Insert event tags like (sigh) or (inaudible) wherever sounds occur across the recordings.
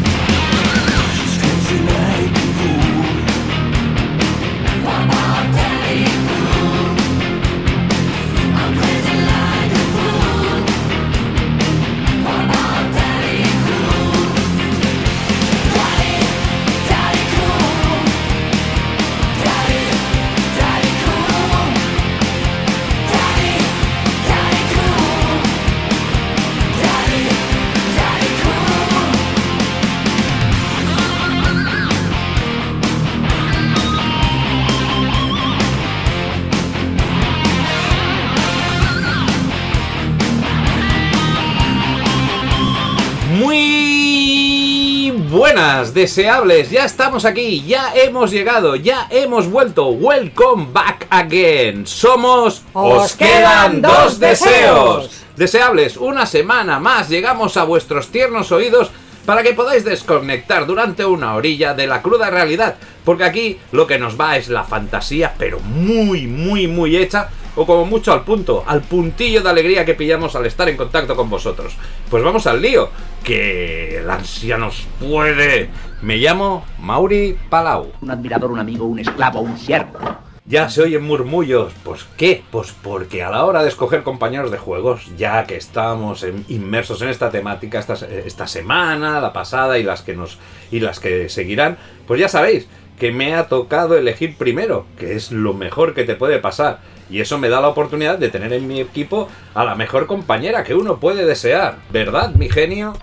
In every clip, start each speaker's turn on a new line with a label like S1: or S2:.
S1: She's crazy like a fool.
S2: Muy buenas, deseables. Ya estamos aquí, ya hemos llegado, ya hemos vuelto. Welcome back again. Somos.
S3: Os quedan dos deseos.
S2: Deseables, una semana más llegamos a vuestros tiernos oídos para que podáis desconectar durante una orilla de la cruda realidad, porque aquí lo que nos va es la fantasía, pero muy, muy, muy hecha, o como mucho al punto, al puntillo de alegría que pillamos al estar en contacto con vosotros. Pues vamos al lío, que el ansia nos puede. Me llamo Mauri Palau.
S4: un admirador, un amigo, un esclavo, un siervo.
S2: Ya se oyen murmullos. ¿Pues qué? Pues porque a la hora de escoger compañeros de juegos, ya que estamos en- inmersos en esta temática esta, se- esta semana, la pasada y las que nos y las que seguirán, pues ya sabéis que me ha tocado elegir primero, que es lo mejor que te puede pasar. Y eso me da la oportunidad de tener en mi equipo a la mejor compañera que uno puede desear. ¿Verdad, mi genio?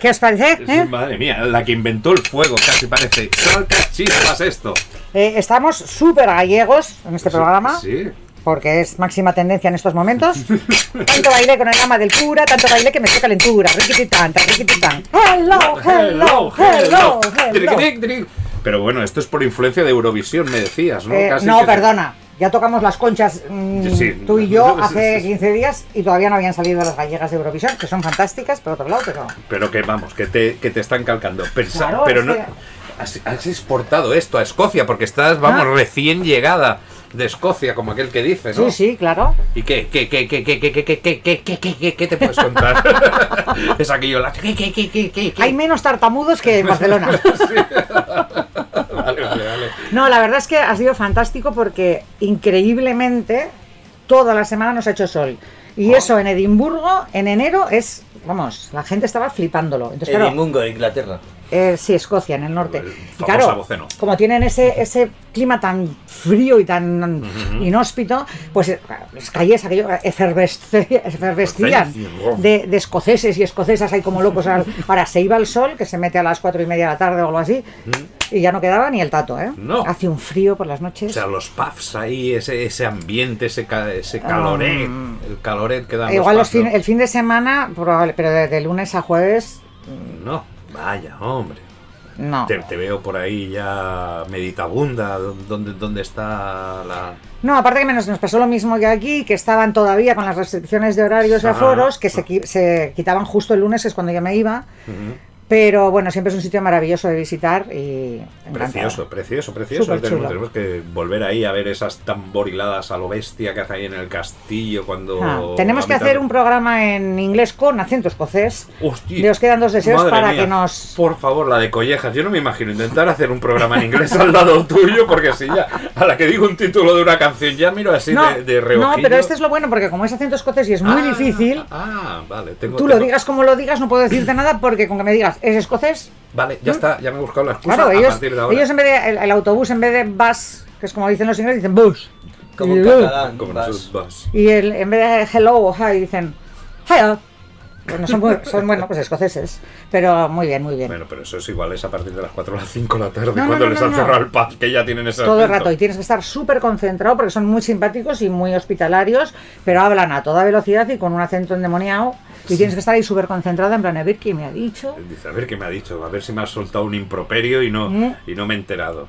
S3: ¿Qué os parece? eh?
S2: Madre mía, la que inventó el fuego, casi parece. ¡Salta chispas esto!
S3: Eh, estamos súper gallegos en este programa,
S2: Sí.
S3: porque es máxima tendencia en estos
S2: (laughs)
S3: momentos. tanto bailé con el ama del cura, tanto bailé que me dio calentura. Riquititán, tan, riquititán. Hello, hello, hello, hello.
S2: Tric, tric, tric. Pero bueno, esto es por influencia de Eurovisión, me decías, ¿no?
S3: Eh,
S2: Casi
S3: no,
S2: que-
S3: perdona. Ya tocamos las conchas mm,
S2: Sí, sí.
S3: tú y yo
S2: (laughs)
S3: hace
S2: Sí, sí.
S3: 15 días y todavía no habían salido las gallegas de Eurovisión, que son fantásticas, por otro lado, pero
S2: Pero que vamos, que te, que te están calcando. Pensa-
S3: Claro,
S2: pero
S3: es
S2: no.
S3: que-
S2: Has, has exportado esto a Escocia porque estás, vamos,
S3: Ah.
S2: recién llegada de Escocia, como aquel que dice, ¿no?
S3: Sí, sí, claro.
S2: ¿Y qué, qué, qué, qué, qué, qué, qué, qué, qué, qué, qué, qué, qué, qué te puedes contar? (laughs) es aquello, la... ¿Qué, qué, qué, qué, qué, qué?
S3: Hay menos tartamudos que en
S2: (laughs)
S3: Barcelona.
S2: Vale, vale, vale.
S3: No, la verdad es que ha sido fantástico porque increíblemente toda la semana nos ha hecho sol.
S5: Oh.
S3: Y eso en Edimburgo, en enero, es, vamos, la gente estaba flipándolo. Entonces, claro,
S5: Edimburgo, Inglaterra.
S3: eh, sí, Escocia, en el norte.
S2: El
S3: Y
S2: famoso
S3: claro,
S2: aboceno.
S3: como tienen ese, ese clima tan frío y tan inhóspito, pues eh, claro, las calles aquello efervesce- efervescían
S2: Efervescencia.
S3: de, de escoceses y escocesas ahí como locos. Ahora- Ahora se iba el sol, que se mete a las cuatro y media de la tarde o algo así, y ya no quedaba ni el tato, ¿eh?
S2: No.
S3: Hace un frío por las
S2: O
S3: noches.
S2: sea, los puffs ahí, ese, ese ambiente, ese, ca- ese caloret, el caloret que dan
S3: Ah. Igual los
S2: puffs,
S3: fin-
S2: ¿no?
S3: el fin de semana, probable, pero de, de lunes a jueves,
S2: No, vaya, hombre.
S3: no.
S2: Te, te veo por ahí ya meditabunda, ¿dónde, dónde está la...?
S3: No, aparte que menos nos pasó lo mismo que aquí, que estaban todavía con las restricciones de horarios y
S2: Ah.
S3: aforos, que se, qui- se quitaban justo el lunes, que es cuando yo me iba. Pero bueno, siempre es un sitio maravilloso de visitar y encantada.
S2: Precioso, precioso, precioso.
S3: Superchulo.
S2: Tenemos, tenemos que volver ahí a ver esas tamboriladas a lo bestia que hace ahí en el castillo cuando...
S3: Ah,
S2: la
S3: tenemos que
S2: mitad-
S3: hacer un programa en inglés con acento escocés.
S2: Hostia,
S3: Nos quedan dos deseos
S2: madre
S3: para
S2: mía.
S3: que nos-
S2: Por favor, la de collejas. Yo no me imagino intentar hacer un programa en inglés al lado tuyo, porque si ya, a la que digo un título de una canción, ya miro así de, de
S3: no,
S2: reojillo.
S3: pero este es lo bueno porque como es acento escocés y es
S2: Ah,
S3: muy difícil,
S2: Ah, vale. Tengo,
S3: tú lo
S2: tengo-
S3: digas como lo digas, no puedo decirte nada porque con que me digas es escocés,
S2: Vale, ya está, ya me he buscado la excusa
S3: ¿Mm? Claro,
S2: Pues a
S3: ellos,
S2: partir de ahora.
S3: ellos en vez de el, el autobús, en vez de bus, que es como dicen los ingleses, dicen bus.
S5: Como en
S3: Yeah.
S5: catalán.
S2: Como
S5: vas.
S2: nosotros vas.
S3: Y el, en vez de hello o hi dicen hello. Bueno, son, muy- son bueno, pues escoceses. Pero muy bien, muy bien.
S2: Bueno, pero eso es igual, es a partir de las 4 o las 5 de la tarde,
S3: No, no,
S2: cuando
S3: no,
S2: les
S3: no,
S2: han
S3: no.
S2: cerrado el pub, que ya tienen ese
S3: Todo el
S2: acento.
S3: rato. Y tienes que estar súper concentrado porque son muy simpáticos y muy hospitalarios, pero hablan a toda velocidad y con un acento endemoniado. Y tienes que estar ahí súper concentrado en plan, a ver qué me ha dicho.
S2: Dice, a ver qué me ha dicho, a ver si me ha soltado un improperio y no,
S3: Mm.
S2: y no me he enterado.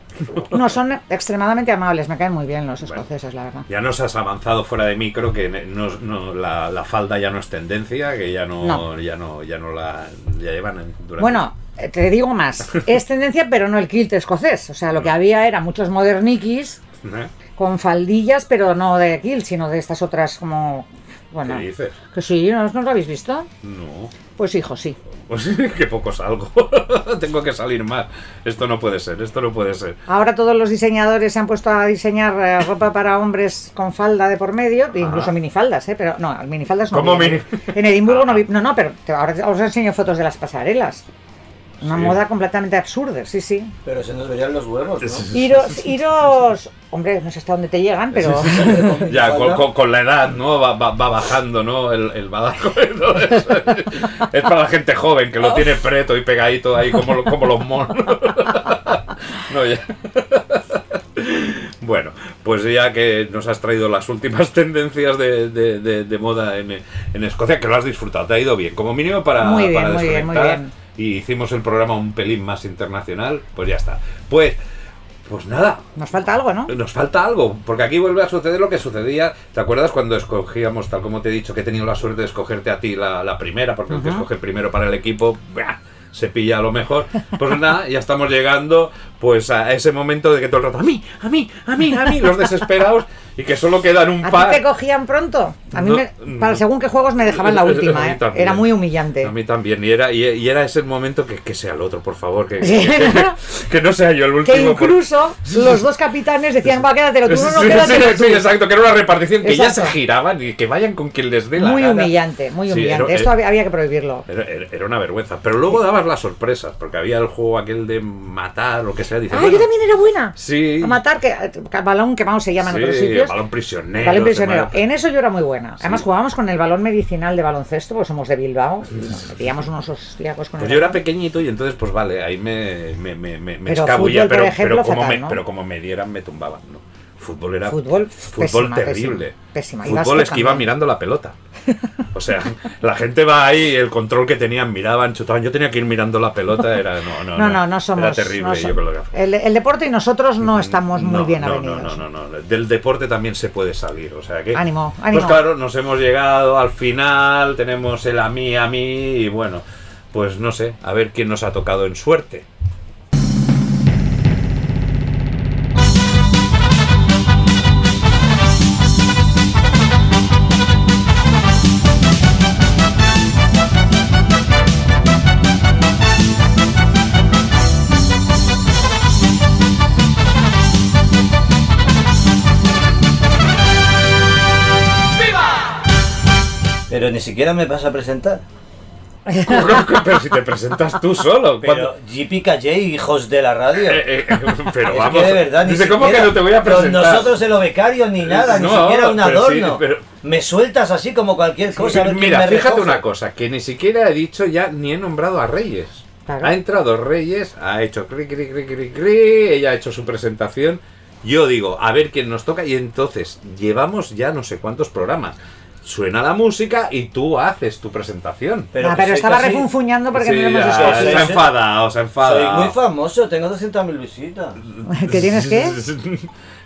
S3: No, son extremadamente amables. Me caen muy bien los
S2: Bueno.
S3: escoceses, la verdad.
S2: Ya nos has avanzado fuera de micro que no, no- la, la falda ya no es tendencia, que ya no,
S3: No.
S2: ya no, ya no la ya llevan en- durante.
S3: Bueno, eh, te digo
S2: (laughs)
S3: más. Es tendencia, pero no el kilt escocés. O sea, lo que había era muchos moderniquis
S2: ¿Eh?
S3: con faldillas, pero no de kilt, sino de estas otras como... Bueno,
S2: ¿Qué dices?
S3: que sí, ¿no, ¿no lo habéis visto?
S2: No,
S3: Pues hijo, sí.
S2: pues (laughs) que poco salgo. Tengo que salir más. Esto no puede ser, esto no puede ser.
S3: Ahora todos los diseñadores se han puesto a diseñar eh, ropa para hombres con falda de por medio, e incluso minifaldas, ¿eh? Pero no, minifaldas no.
S2: ¿Cómo
S3: vi.
S2: mini-
S3: En Edimburgo no vi.
S2: Ah.
S3: No, no, pero te- ahora os enseño fotos de las pasarelas. Una
S2: Sí.
S3: moda completamente absurda, sí, sí.
S5: Pero se nos verían los huevos, ¿no?
S3: Iros, iros. Hombre, no sé hasta dónde te llegan, pero.
S2: Ya, con, con- con la edad, ¿no? Va, va- va bajando, ¿no? El, el badajo y todo eso. (laughs) Es para la gente joven que
S3: Oh.
S2: lo tiene preto y pegadito ahí como, lo- como los monos. (laughs) No, ya. (laughs) Bueno, pues ya que nos has traído las últimas (laughs) tendencias de, de- de- de moda en, en Escocia, que lo has disfrutado, te ha ido bien. Como mínimo para,
S3: Muy bien,
S2: para
S3: muy bien, muy
S2: desconectar.
S3: bien.
S2: Y hicimos el programa un pelín más internacional, pues ya está. Pues, pues nada,
S3: (laughs) Nos falta algo, ¿no?
S2: nos falta algo, porque aquí vuelve a suceder lo que sucedía. ¿Te acuerdas cuando escogíamos, tal como te he dicho, que he tenido la suerte de escogerte a ti la, la primera, porque el que escoge primero para el equipo, ¡buah! se pilla a lo mejor. Pues nada, ya estamos llegando pues a ese momento de que todo el rato, a mí, a mí, a mí, a mí, los desesperados, y que solo quedan un
S3: ¿A
S2: par.
S3: ti te cogían pronto? A mí,
S2: No,
S3: me-
S2: no.
S3: para según qué juegos, me dejaban la
S2: A
S3: última,
S2: mí
S3: ¿eh?
S2: también.
S3: Era muy humillante.
S2: A mí también, y era, y, y era ese el momento que, que sea el otro, por favor, que,
S3: Sí.
S2: que- que- que no sea yo el último.
S3: (laughs) Que
S2: por-
S3: incluso los dos capitanes decían, va, quédatelo tú, no, no,
S2: Sí,
S3: quédatelo
S2: sí,
S3: tú.
S2: sí, exacto, que era una repartición que ya
S3: Exacto.
S2: se giraban y que vayan con quien les dé la
S3: Muy
S2: gana.
S3: humillante, muy
S2: Sí, eh,
S3: humillante.
S2: era-
S3: Esto había, había que prohibirlo.
S2: Era, era- era una vergüenza. Pero luego dabas las sorpresas, porque había el juego aquel de matar, lo que sea. Dices,
S3: Ah,
S2: bueno,
S3: yo también era buena.
S2: Sí.
S3: A matar, que, que balón quemado se llama en otros
S2: sí,
S3: sitios.
S2: balón prisionero.
S3: Balón prisionero.
S2: semana-
S3: En eso yo era muy buena. Además, jugábamos con el balón medicinal de baloncesto, porque somos de Bilbao. y Nos metíamos unos hostiacos con
S2: Pues
S3: el
S2: yo era
S3: balón.
S2: pequeñito y entonces, pues vale, ahí me, me, me, me, me
S3: Pero
S2: escabullía,
S3: fútbol, por
S2: pero,
S3: ejemplo,
S2: pero, como
S3: fatal,
S2: me,
S3: ¿no?
S2: pero como me dieran, me tumbaban, ¿no? Fútbol era
S3: Fútbol, pésima,
S2: terrible.
S3: pésima, pésima. Y
S2: Fútbol
S3: básquet
S2: es que iba
S3: también.
S2: mirando la
S3: (laughs)
S2: pelota. O sea, la gente va ahí, el control que tenían, miraban, chutaban. Yo tenía que ir mirando la pelota, era no, no,
S3: No, no, no somos.
S2: Era terrible,
S3: no
S2: yo
S3: somos-
S2: con lo que hacía.
S3: el, el deporte y nosotros no estamos muy
S2: No,
S3: bien
S2: no,
S3: avenidos.
S2: No, no, no, no. Del deporte también se puede salir. O sea que.
S3: Ánimo,
S2: Pues
S3: ánimo.
S2: claro, nos hemos llegado al final, tenemos el a mí, a mí, y bueno, pues no sé, a ver quién nos ha tocado en
S5: (laughs)
S2: suerte.
S5: Pero ni siquiera me vas a presentar.
S2: pero si te presentas tú solo.
S5: Pero
S2: cuando-
S5: JP Calle, hijos de la radio.
S2: Eh, eh, (laughs) pero
S5: Es
S2: vamos.
S5: que de verdad, ni
S2: dice, ¿cómo que
S5: siquiera
S2: no te voy a
S5: con
S2: presentar? Eh,
S5: nosotros el becario ni nada, ni
S2: No,
S5: siquiera un
S2: pero sí,
S5: adorno.
S2: pero-
S5: Me sueltas así como cualquier cosa. a ver quién
S2: Mira,
S5: me
S2: fíjate
S5: recoge.
S2: una cosa, que ni siquiera he dicho ya ni he nombrado a Reyes.
S3: Claro.
S2: Ha entrado Reyes, ha hecho cri cri cri cri cri, ella ha hecho su presentación. Yo digo, a ver quién nos toca y entonces llevamos ya no sé cuántos programas. Suena la música y tú haces tu presentación.
S3: Ah,
S5: que
S3: pero
S5: soy
S3: estaba
S5: casi-
S3: refunfuñando porque
S2: Sí,
S3: no lo hemos
S2: ya,
S5: escuchado.
S2: se ha
S5: Soy-
S2: enfadado, se ha enfadado.
S5: Soy muy
S3: (laughs)
S5: famoso, tengo 200.000 visitas.
S3: escuchado. ¿Que tienes que?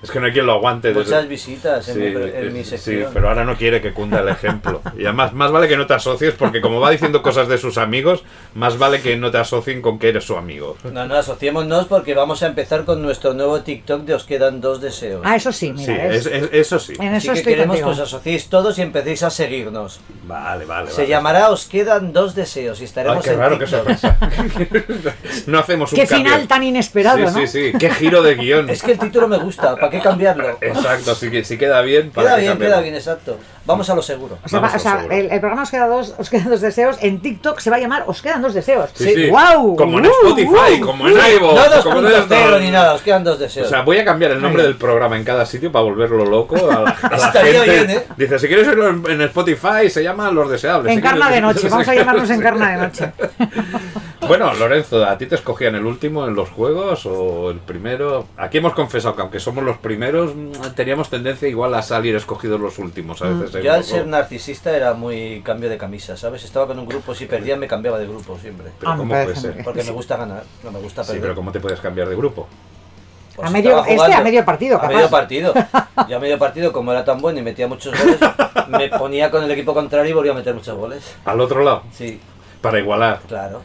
S2: Es que no hay quien lo aguante. desde-
S5: Muchas visitas en,
S2: Sí,
S5: mi, en mi
S2: es-
S5: sección.
S2: sí, pero ahora no quiere que cunda el ejemplo. Y además, más vale que no te asocies, porque como va diciendo cosas de sus amigos, más vale que no te asocien con que eres su amigo.
S5: No, no, asociémonos porque vamos a empezar con nuestro nuevo TikTok de Os Quedan Dos Deseos.
S3: Ah, eso sí, mira.
S2: Sí, es-
S3: ¿ves?
S2: es- eso sí.
S3: En
S5: Así
S3: eso
S5: que
S3: estoy
S5: queremos
S3: contigo.
S5: que os asociéis todos y empecéis a seguirnos.
S2: Vale, vale.
S5: Se
S2: vale.
S5: llamará Os quedan dos deseos y estaremos
S2: Ay, qué
S5: en
S2: raro, qué
S5: TikTok.
S2: sorpresa. no hacemos un
S3: Qué
S2: cambio.
S3: final tan inesperado,
S2: sí, sí,
S3: ¿no?
S2: sí. Qué giro de guión.
S5: Es que el título me gusta, ¿para qué cambiarlo?
S2: Exacto, si, si queda bien. para
S5: Queda
S2: que
S5: bien,
S2: cambiemos.
S5: queda bien, exacto. Vamos a lo seguro.
S3: O sea,
S2: Vamos
S3: va- o
S2: al
S3: sea,
S2: seguro.
S3: el, el programa os queda, dos, os quedan dos deseos. En TikTok se va a llamar Os quedan dos deseos.
S2: Sí, sí.
S3: ¡Guau!
S2: Como en
S3: ¡Uh,
S2: Spotify,
S3: uh!
S2: como en
S5: No
S2: iVoox, como en esto.
S5: 2.0 ni nada, os quedan dos
S2: O
S5: deseos.
S2: sea, voy a cambiar el nombre del programa en cada sitio para volverlo loco a la, a la
S5: (laughs) Estaría
S2: gente.
S5: bien, ¿eh?
S2: Dice, si quieres oírlo en, en Spotify, se llama Los Deseables. Si
S3: Encarna de
S2: quieres-
S3: noche, vamos a
S2: (laughs)
S3: llamarnos Encarna de noche.
S2: Bueno, Lorenzo, ¿a ti te escogían el último en los juegos o el primero? Aquí hemos confesado que aunque somos los primeros, mm, teníamos tendencia igual a salir escogidos los últimos
S3: Mm.
S2: a veces. ¿eh?
S5: Yo
S2: Un
S5: al
S2: poco.
S5: ser narcisista era muy cambio de camisa, ¿sabes? Estaba con un grupo, si perdía me cambiaba de grupo siempre.
S2: Pero
S3: Ah, me
S2: ¿cómo
S3: parece
S2: puede ser?
S3: muy bien.
S5: Porque me gusta ganar, no me gusta
S2: Sí,
S5: perder.
S2: pero ¿cómo te puedes cambiar de grupo?
S5: Pues
S3: A
S5: si
S3: medio-
S5: estaba
S3: este
S5: jugando-
S3: a medio partido, capaz.
S5: A medio partido. Yo a medio partido, como era tan bueno y metía muchos goles, me ponía con el equipo contrario y volvía a meter muchos goles.
S2: Al otro lado,
S5: Sí,
S2: para igualar.
S5: claro.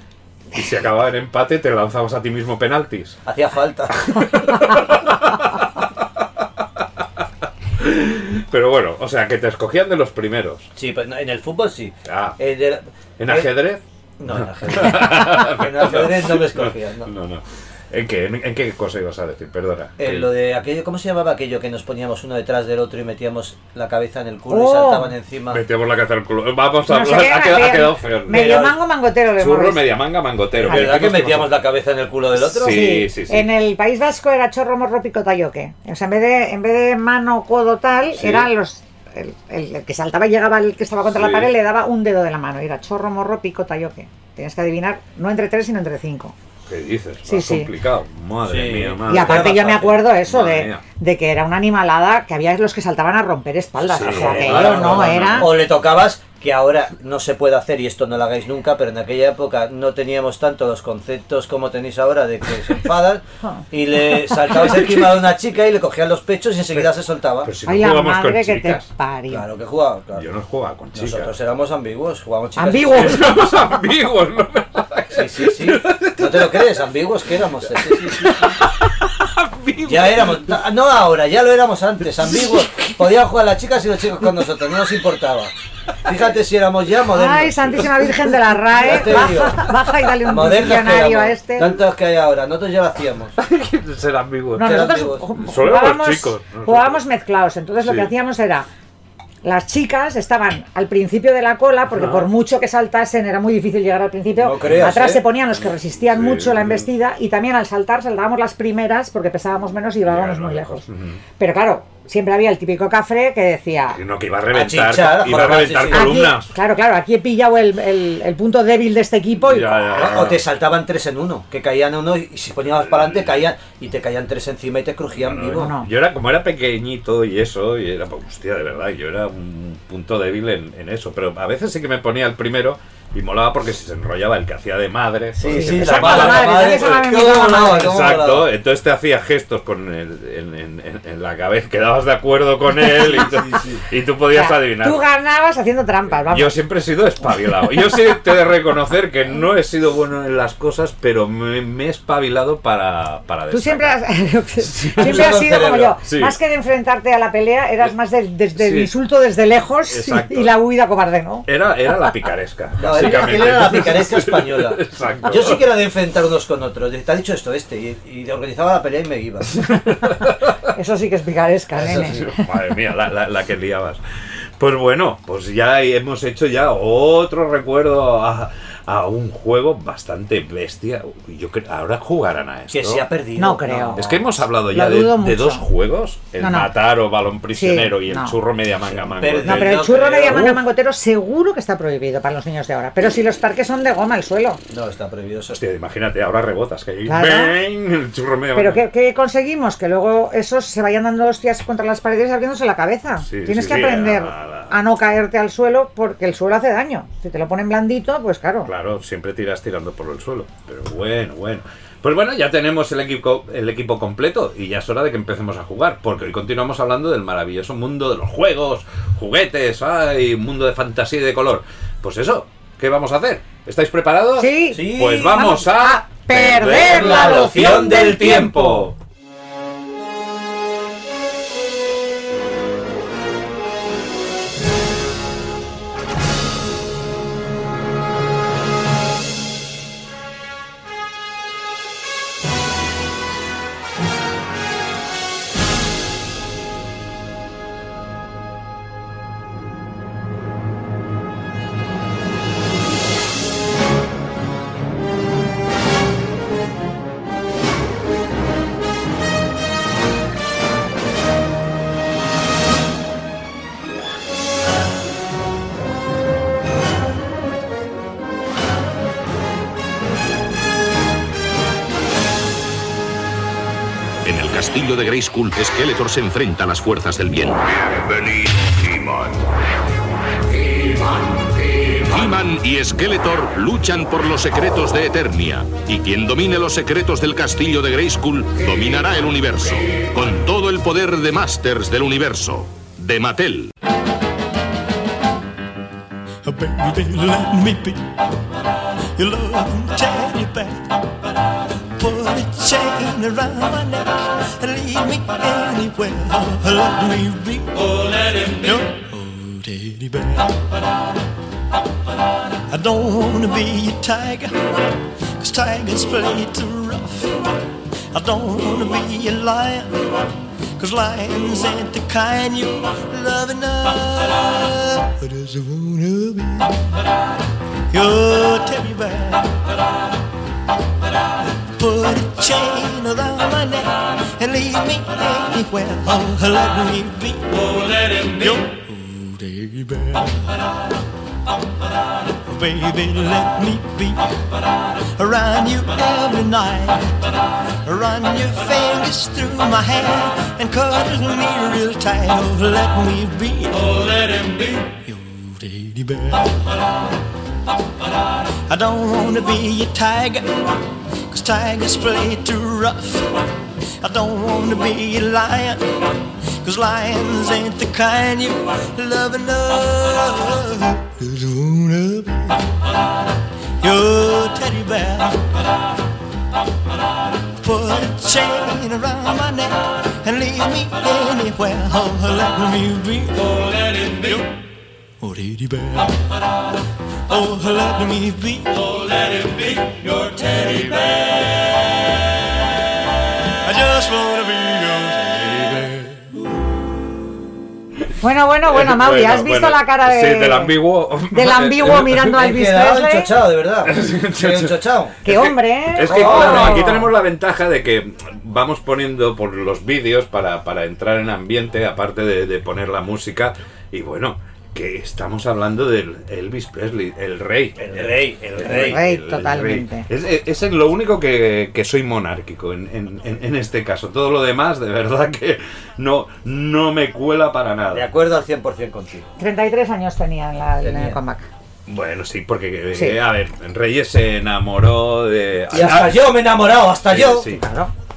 S2: Y si acababa el empate, te lanzabas a ti mismo penaltis. (laughs)
S5: Hacía falta.
S2: Pero bueno, o sea, que te escogían de los primeros.
S5: Sí, pero no, en el fútbol sí.
S2: Ah,
S5: Eh, de la-
S2: ¿En
S5: eh,
S2: ajedrez?
S5: No, en
S2: (laughs)
S5: ajedrez. en ajedrez no me escogían, no.
S2: No, no. ¿En qué, en, en qué cosa ibas a decir? Perdona.
S5: Eh,
S2: Que-
S5: lo de aquello, ¿cómo se llamaba aquello que nos poníamos uno detrás del otro y metíamos la cabeza en el culo
S3: Oh.
S5: y saltaban encima?
S2: Metíamos la cabeza al culo. Vamos a
S3: No sé
S2: hablar.
S3: qué,
S2: ha, quedado,
S3: media-
S2: ha quedado feo.
S3: Medio mango mangotero le hemos
S2: Churro,
S3: visto.
S2: media manga, mangotero.
S5: ¿Verdad
S2: Mira,
S5: que
S2: chicos,
S5: metíamos la cabeza en el culo del otro?
S2: Sí. sí.
S3: En el País Vasco era chorro morro picotayoque. O sea, en vez de, en vez de mano, codo, tal,
S2: Sí.
S3: eran los. El, el- el que saltaba y llegaba el que estaba contra
S2: Sí.
S3: la pared le daba un dedo de la mano. y Era chorro morro picotayoque. Tenías que adivinar no entre tres, sino entre cinco.
S2: ¿Qué dices?
S3: Sí,
S2: Más
S3: sí.
S2: complicado. Madre
S5: Sí.
S2: mía,
S5: Ah,
S3: y
S2: madre.
S3: aparte,
S5: era
S3: yo me
S5: bastante.
S3: acuerdo eso
S2: Madre
S3: de,
S2: mía.
S3: de que era una animalada que había los que saltaban a romper espaldas.
S2: Sí,
S3: o sea, que
S2: claro,
S3: yo no,
S2: no, no,
S3: era.
S5: O le tocabas, que ahora no se puede hacer y esto no lo hagáis nunca, pero en aquella época no teníamos tanto los conceptos como tenéis ahora de que se
S3: (laughs)
S5: enfadan (laughs) y le saltabas encima de una chica y le cogían los pechos y enseguida se soltaba.
S2: Pero si no
S3: Ay, la
S2: jugábamos con
S3: madre que te
S2: chicas.
S3: parió.
S5: Claro que jugaba, claro.
S2: Yo no jugaba con chicas.
S5: Nosotros éramos ambiguos, jugábamos chicas.
S3: Ambiguos.
S2: (laughs) Somos amigos, ¿no? (laughs)
S5: Sí, sí, sí. No te lo crees, ambiguos que éramos. eh. Sí, sí, sí, sí. Ya éramos, no ahora, ya lo éramos antes, ambiguos. Podían jugar las chicas y los chicos con nosotros, no nos importaba. Fíjate si éramos ya modernos.
S3: Ay, Santísima Virgen de la RAE.
S5: Ya te digo.
S3: Baja, baja y dale un
S5: Modernos que
S3: diccionario a
S5: éramos.
S3: este.
S5: Tantos que hay ahora, nosotros ya lo hacíamos.
S2: Ser amigos.
S3: No,
S5: Que eran
S3: nosotros
S5: vivos.
S3: ju-
S2: Solo éramos
S3: jugábamos,
S2: chicos, nosotros.
S3: jugábamos mezclados, entonces lo
S2: Sí.
S3: que hacíamos era, las chicas estaban al principio de la cola, porque
S2: Ah.
S3: por mucho que saltasen era muy difícil llegar al principio,
S5: No creas,
S3: atrás
S5: ¿eh?
S3: se ponían los que resistían
S2: Sí,
S3: mucho la
S2: sí.
S3: embestida y también al saltar saltábamos las primeras porque pesábamos menos y llevábamos
S2: Llegaron
S3: muy
S2: lejos.
S3: lejos.
S2: Ujú.
S3: Pero claro, siempre había el típico cafre que decía...
S2: No, que iba a reventar,
S5: Achichar,
S2: iba a
S5: joder,
S2: reventar
S5: sí, sí.
S3: Aquí,
S2: columnas.
S3: claro, claro, aquí he pillado el, el- el punto débil de este equipo y...
S2: Ya, ya, ya.
S5: O te saltaban tres en uno, que caían uno y si ponías para adelante caían y te caían tres encima y te crujían vivo.
S3: no.
S2: Yo era como era pequeñito y eso, y era, pues, hostia, de verdad, yo era un punto débil en, en eso. Pero a veces sí que me ponía el primero y molaba porque si se enrollaba el que hacía de madre.
S5: Sí,
S2: porque
S5: sí,
S2: se
S5: la
S2: llamaba-
S5: madre, la madre.
S3: Esa madre me
S5: ¿Cómo
S3: llamaba
S5: molaba,
S3: madre.
S5: cómo
S2: Exacto,
S5: molaba?
S2: entonces te hacía gestos con el, en, en- en- en la cabeza, quedabas de acuerdo con él y, tú- y tú
S3: o sea,
S2: podías adivinar.
S3: Tú ganabas haciendo trampas, vamos.
S2: Yo siempre he sido espabilado. Yo sí te he de reconocer que no he sido bueno en las cosas, pero me, me he espabilado para, para
S3: Tú siempre
S2: destacar.
S3: has, (laughs) siempre has
S5: Con
S3: sido como
S5: cerebro,
S3: yo.
S2: sí. Eh,
S3: Más que de enfrentarte a la pelea, eras más del- desde el
S2: Sí.
S3: insulto desde lejos y-
S2: Exacto.
S3: y la huida cobarde, ¿no?
S2: Era, era la picaresca,
S5: (laughs) No, él-
S2: básicamente.
S5: él era la
S2: (laughs)
S5: picaresca española.
S2: Exacto.
S5: Yo sí que era de enfrentar unos con otros. de, Te ha dicho esto este y, y le organizaba la pelea y me
S2: (laughs)
S5: iba.
S3: Eso sí que es picaresca,
S5: Eso
S3: nene.
S5: sí.
S2: Madre mía, la, la- la que liabas. Pues bueno, pues ya hemos hecho ya otro recuerdo a, a un juego bastante bestia. Yo creo, ahora jugarán a esto.
S5: Que se ha perdido.
S3: No creo.
S2: Es que hemos hablado
S3: Lo
S2: ya de,
S3: dudo
S2: de
S3: mucho.
S2: dos juegos, el
S3: No, no.
S2: matar o balón prisionero
S3: Sí,
S2: y el
S3: no.
S2: churro media manga mango.
S5: pero-
S3: No, pero el
S5: No
S3: churro
S5: creo.
S3: media manga
S5: Uf.
S3: mangotero seguro que está prohibido para los niños de ahora. Pero si los parques son de goma al suelo.
S5: No, está prohibido eso.
S2: Hostia, imagínate, ahora rebotas que ahí
S3: Claro.
S2: ¡bang! el churro media
S3: Pero
S2: manga.
S3: ¿qué, qué conseguimos? Que luego esos se vayan dando hostias contra las paredes y abriéndose la cabeza.
S2: Sí,
S3: Tienes
S2: sí,
S3: que
S2: sí,
S3: aprender
S2: la- la-
S3: a no caerte al suelo porque el suelo hace daño. Si te lo ponen blandito, pues claro.
S2: Claro, siempre tiras tirando por el suelo. Pero bueno, bueno. Pues bueno, ya tenemos el equipo, el equipo completo y ya es hora de que empecemos a jugar, porque hoy continuamos hablando del maravilloso mundo de los juegos, juguetes, ay, mundo de fantasía y de color. Pues eso, ¿qué vamos a hacer? ¿Estáis preparados?
S3: Sí.
S5: Sí.
S2: Pues vamos
S3: Vamos
S2: a
S3: a perder la
S5: noción del tiempo.
S6: En el castillo de Grey School, Skeletor se enfrenta a las fuerzas del bien. He-Man y Skeletor luchan por los secretos de Eternia. Y quien domine los secretos del castillo de Grayskull dominará el universo. Con todo el poder de Masters del universo. De Mattel.
S7: Oh, Baby, let me be your loving teddy bear. Put a chain around my neck and lead me anywhere. Oh, Let me be. Oh, let him be. Your old teddy bear. I don't wanna be a tiger, cause tigers play too rough. I don't wanna be a lion, cause lions ain't the kind you love enough. I just wanna be your teddy bear. Put a chain around my neck and leave me anywhere. Oh, let me be. Oh, let him be. Your old teddy bear. Baby, let me be around you every night. Run your fingers through my hair and cuddle me real tight. Oh, let me be. Oh, let him be. Your teddy bear. I don't wanna be a tiger, cause tigers play too rough. I don't wanna be a lion, cause lions ain't the kind you love enough. Just wanna be your teddy bear. Put a chain around my neck and leave me anywhere. Oh, let me be. Oh, let it be. Oh, teddy bear. Oh, let me be. Oh, let it be your teddy bear. I just wanna be your teddy bear.
S3: Bueno, bueno, bueno, Mauri, ¿has visto
S2: Eh, bueno,
S3: la cara de,
S2: Sí, del ambiguo.
S3: del
S2: (laughs)
S3: ambiguo mirando a
S5: Me he
S3: Elvis
S5: quedado
S3: Presley?
S5: enchochado, de verdad. Soy enchochado.
S3: ¡Qué hombre, eh!
S2: Es que
S5: Oh.
S2: claro, aquí tenemos la ventaja de que vamos poniendo por los vídeos para, para entrar en ambiente, aparte de, de poner la música. Y bueno, que estamos hablando del Elvis Presley, el rey. El rey, el
S3: rey. Rey, totalmente.
S2: Es, es en lo único que, que soy monárquico en, en- en- en este caso. Todo lo demás, de verdad que no, no me cuela para
S5: De
S2: nada.
S5: acuerdo al 100% contigo.
S3: 33 años tenía en, la, en el
S5: Tenía.
S3: comeback.
S2: Bueno, sí, porque, eh,
S3: Sí.
S2: a ver, Reyes se enamoró de...
S5: Y hasta yo me he enamorado, hasta
S2: Ah, Sí,
S5: yo.
S2: sí.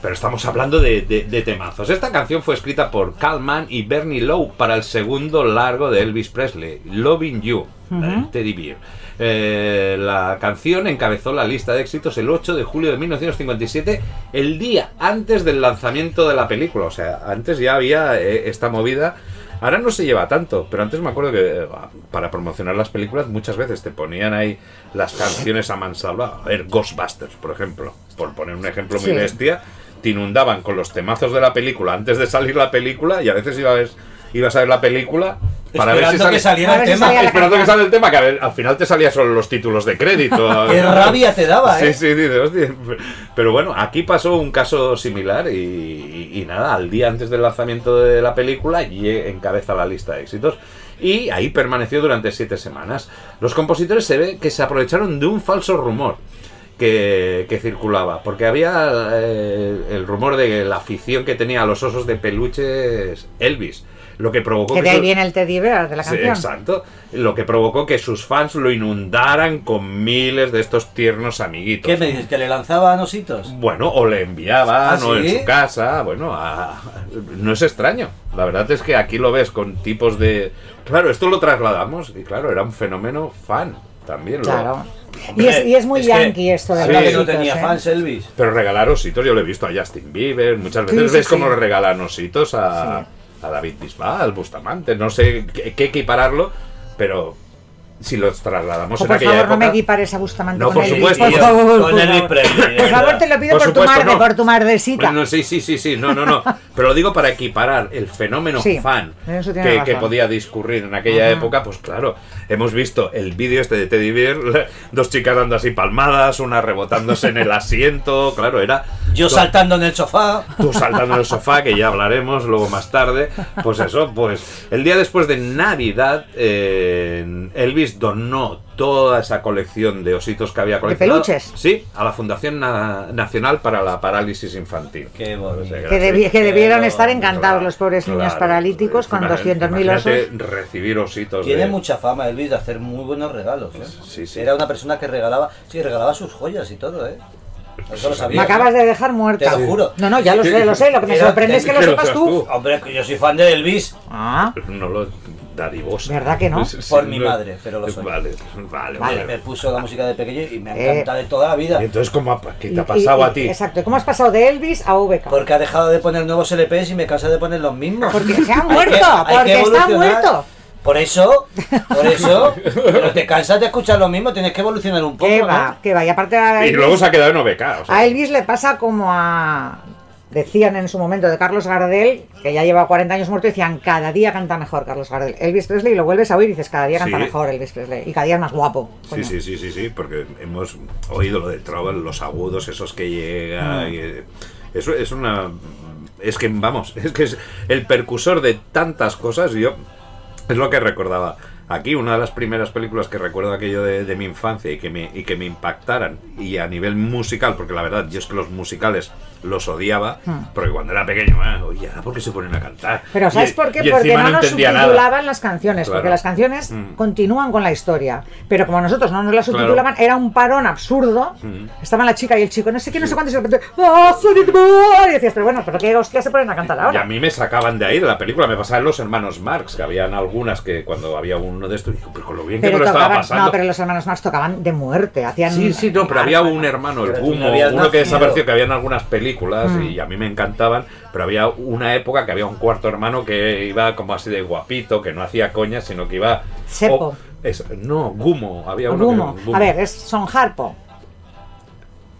S2: Pero estamos hablando de, de- de temazos. Esta canción fue escrita por Calman y Bernie Lowe para el segundo largo de Elvis Presley, Loving You, eh, Teddy Bear. Eh, la canción encabezó la lista de éxitos el 8 de julio de 1957, el día antes del lanzamiento de la película. O sea, antes ya había eh, esta movida. Ahora no se lleva tanto, pero antes me acuerdo que eh, para promocionar las películas muchas veces te ponían ahí las canciones a mansalva. A ver, Ghostbusters, por ejemplo, por poner un ejemplo muy
S3: Sí.
S2: bestia, te inundaban con los temazos de la película antes de salir la película y a veces ibas a ver, ibas a ver la película para ver si
S5: Esperando
S2: sale,
S5: que saliera
S3: A
S5: el
S3: ver si
S5: tema.
S3: salía la
S2: esperando que
S3: canción.
S2: sale el tema, que a ver, al final te salían solo los títulos de crédito.
S5: (laughs) Qué rabia te daba,
S2: Sí,
S5: eh.
S2: sí, dices, "Hostia". Pero bueno, aquí pasó un caso similar y, y- y nada, al día antes del lanzamiento de la película y encabeza la lista de éxitos. Y ahí permaneció durante siete semanas. Los compositores se ve que se aprovecharon de un falso rumor que, que circulaba, porque había eh, el rumor de la afición que tenía a los osos de peluches Elvis, lo que provocó
S3: Que de
S2: Pues
S3: ahí
S2: eso-
S3: viene el Teddy Bear de la
S2: Sí,
S3: canción.
S2: exacto. Lo que provocó que sus fans lo inundaran con miles de estos tiernos amiguitos.
S5: ¿Qué me dices? ¿Que le lanzaban ositos?
S2: Bueno, o le enviaban
S5: ¿Ah,
S2: o en
S5: sí?
S2: su casa, bueno, a- no es extraño. La verdad es que aquí lo ves con tipos de... Claro, esto lo trasladamos y claro, era un fenómeno fan también. lo-
S3: Claro.
S2: Mm,
S3: Y es, y es muy
S5: Es que-
S3: yankee esto de
S5: Habla
S2: Sí.
S5: que no
S3: ositos,
S5: tenía
S3: ¿eh?
S5: fans, Elvis.
S2: Pero regalar ositos, yo lo he visto a Justin Bieber, muchas
S3: Sí,
S2: veces
S3: sí,
S2: ves cómo
S3: sí.
S2: le regalan ositos a, a David Bisbal, Bustamante, no sé qué, qué equipararlo, pero si los trasladamos
S3: Oh,
S2: Pues en
S3: por
S2: aquella
S3: favor, no me
S2: época-
S3: equipares a Bustamante
S2: No,
S3: con
S2: por
S3: Elvis,
S2: supuesto.
S3: Por favor, por
S5: Con Elvis
S3: favor.
S5: Presley, de
S3: Por favor,
S5: verdad.
S3: te lo pido
S2: Por
S3: por, tu
S2: supuesto,
S3: madre,
S2: no.
S3: por tu madrecita.
S2: Bueno, sí, sí, sí, sí, no, no,
S3: (laughs)
S2: no. Pero lo digo para equiparar el fenómeno
S3: Sí,
S2: fan
S3: en eso tiene
S2: que,
S3: razón.
S2: que podía discurrir en aquella época, pues claro, hemos visto el vídeo este de Teddy Bear, (laughs) dos chicas dando así palmadas, una rebotándose en el asiento, claro, era...
S5: Yo
S2: to-
S5: saltando en el sofá.
S2: Tú saltando en el sofá, que ya hablaremos luego más tarde. Pues eso, pues el día después de Navidad, eh, Elvis donó toda esa colección de ositos que había coleccionado.
S3: peluches?
S2: Sí, a la Fundación Na- Nacional para la Parálisis Infantil. Pues, eh,
S5: Qué bonito.
S2: O sea,
S3: Que, debi-
S2: sí.
S3: que debieron
S5: Pero-
S3: estar encantados
S2: Claro,
S3: los pobres niños
S2: claro. pues,
S3: paralíticos con
S2: Imagínate-
S3: 200.000
S2: imagínate
S3: osos.
S2: recibir
S3: Pues
S2: ositos.
S5: Tiene
S2: de-
S5: mucha fama Elvis de hacer muy buenos regalos. ¿eh?
S2: Sí, sí.
S5: Era una persona que regalaba, sí, regalaba sus joyas y todo, ¿eh. Eso lo
S3: Me
S5: sabía.
S3: acabas de dejar muerta.
S5: Te lo juro.
S3: No, no, ya lo
S2: Sí.
S3: sé, lo sé. Lo que me
S5: Era-
S3: sorprende es que lo
S2: que lo
S3: sepas
S2: sepas
S3: tú.
S2: tú.
S5: Hombre, que yo soy fan de Elvis.
S3: Ah,
S2: No lo dadivos.
S3: ¿Verdad
S2: (laughs)
S3: que no?
S5: Por mi madre, pero lo soy.
S2: Vale, vale.
S5: Vale, me
S2: vale.
S5: puso la música de pequeño y me ha
S3: Eh.
S5: encantado de toda la vida.
S2: Y entonces, ¿cómo ha, ¿qué te
S3: y-
S2: ha pasado
S3: y-
S2: a ti?
S3: Exacto. ¿Cómo has pasado de Elvis a VK?
S5: Porque ha dejado de poner nuevos LPs y me cansa de poner los mismos.
S3: Porque se ha
S5: (laughs) Hay que-
S3: muerto,
S5: hay que
S3: porque está
S5: evolucionar.
S3: muerto.
S5: Por eso, por eso, pero te cansas de escuchar lo mismo, tienes que evolucionar un poco.
S3: ¿Qué
S5: ¿no?
S3: va? ¿Qué va? Y aparte eh, a
S2: Y
S3: Elvis,
S2: luego se ha quedado en OBK. o sea,
S3: a Elvis le pasa como a... Decían en su momento de Carlos Gardel, que ya lleva 40 años muerto, decían, cada día canta mejor Carlos Gardel. Elvis Presley, lo vuelves a oír y dices, cada día canta
S2: Sí.
S3: mejor Elvis Presley. Y cada día es más guapo.
S2: Sí,
S3: coño.
S2: sí, sí, sí, sí, porque hemos oído lo de Trouble, los agudos esos que llega. y, eh, eso es una. Es que, vamos, (laughs) es que es el precursor de tantas cosas. y Yo. Es lo que recordaba. Aquí, una de las primeras películas que recuerdo aquello de, de mi infancia y que, me, y que me impactaran, y a nivel musical, porque la verdad, yo es que los musicales los odiaba, porque cuando era pequeño, ah, oye, ¿ahora ¿por qué se ponen a cantar?
S3: Hmm. Pero
S2: Y- e-
S3: ¿sabes por qué?
S2: y
S3: Porque
S2: encima
S3: no nos
S2: entendía nada.
S3: subtitulaban las canciones, porque
S2: Claro.
S3: las canciones
S2: Mm.
S3: continúan con la historia. Pero como nosotros no nos las subtitulaban, era un parón absurdo.
S2: Mm.
S3: Estaban la chica y el chico, no sé qué, no sé cuánto, y de repente, "Ah, Sonic Boy", Y decías, pero bueno, pero qué hostia se ponen a cantar
S2: Y a
S3: ahora.
S2: mí me sacaban de ahí, de la película. Me pasaban los hermanos Marx, que habían algunas que cuando había uno de estos, dijo, pero con lo bien que
S3: Pero
S2: me lo estaba
S3: tocaban,
S2: pasando.
S3: no, pero los hermanos Marx tocaban de muerte, hacían.
S2: Sí, sí, no, pero había un hermano, el
S5: Pero tú no
S2: Gumo,
S5: habías
S2: uno que
S5: nacido.
S2: desapareció, que había en algunas películas
S3: Mm.
S2: y a mí me encantaban, pero había una época que había un cuarto hermano que iba como así de guapito, que no hacía coña, sino que iba...
S3: Sepo.
S2: Oh, eso, no, Gumo, había uno
S3: Rumo.
S2: que...
S3: A ver, es Son Harpo,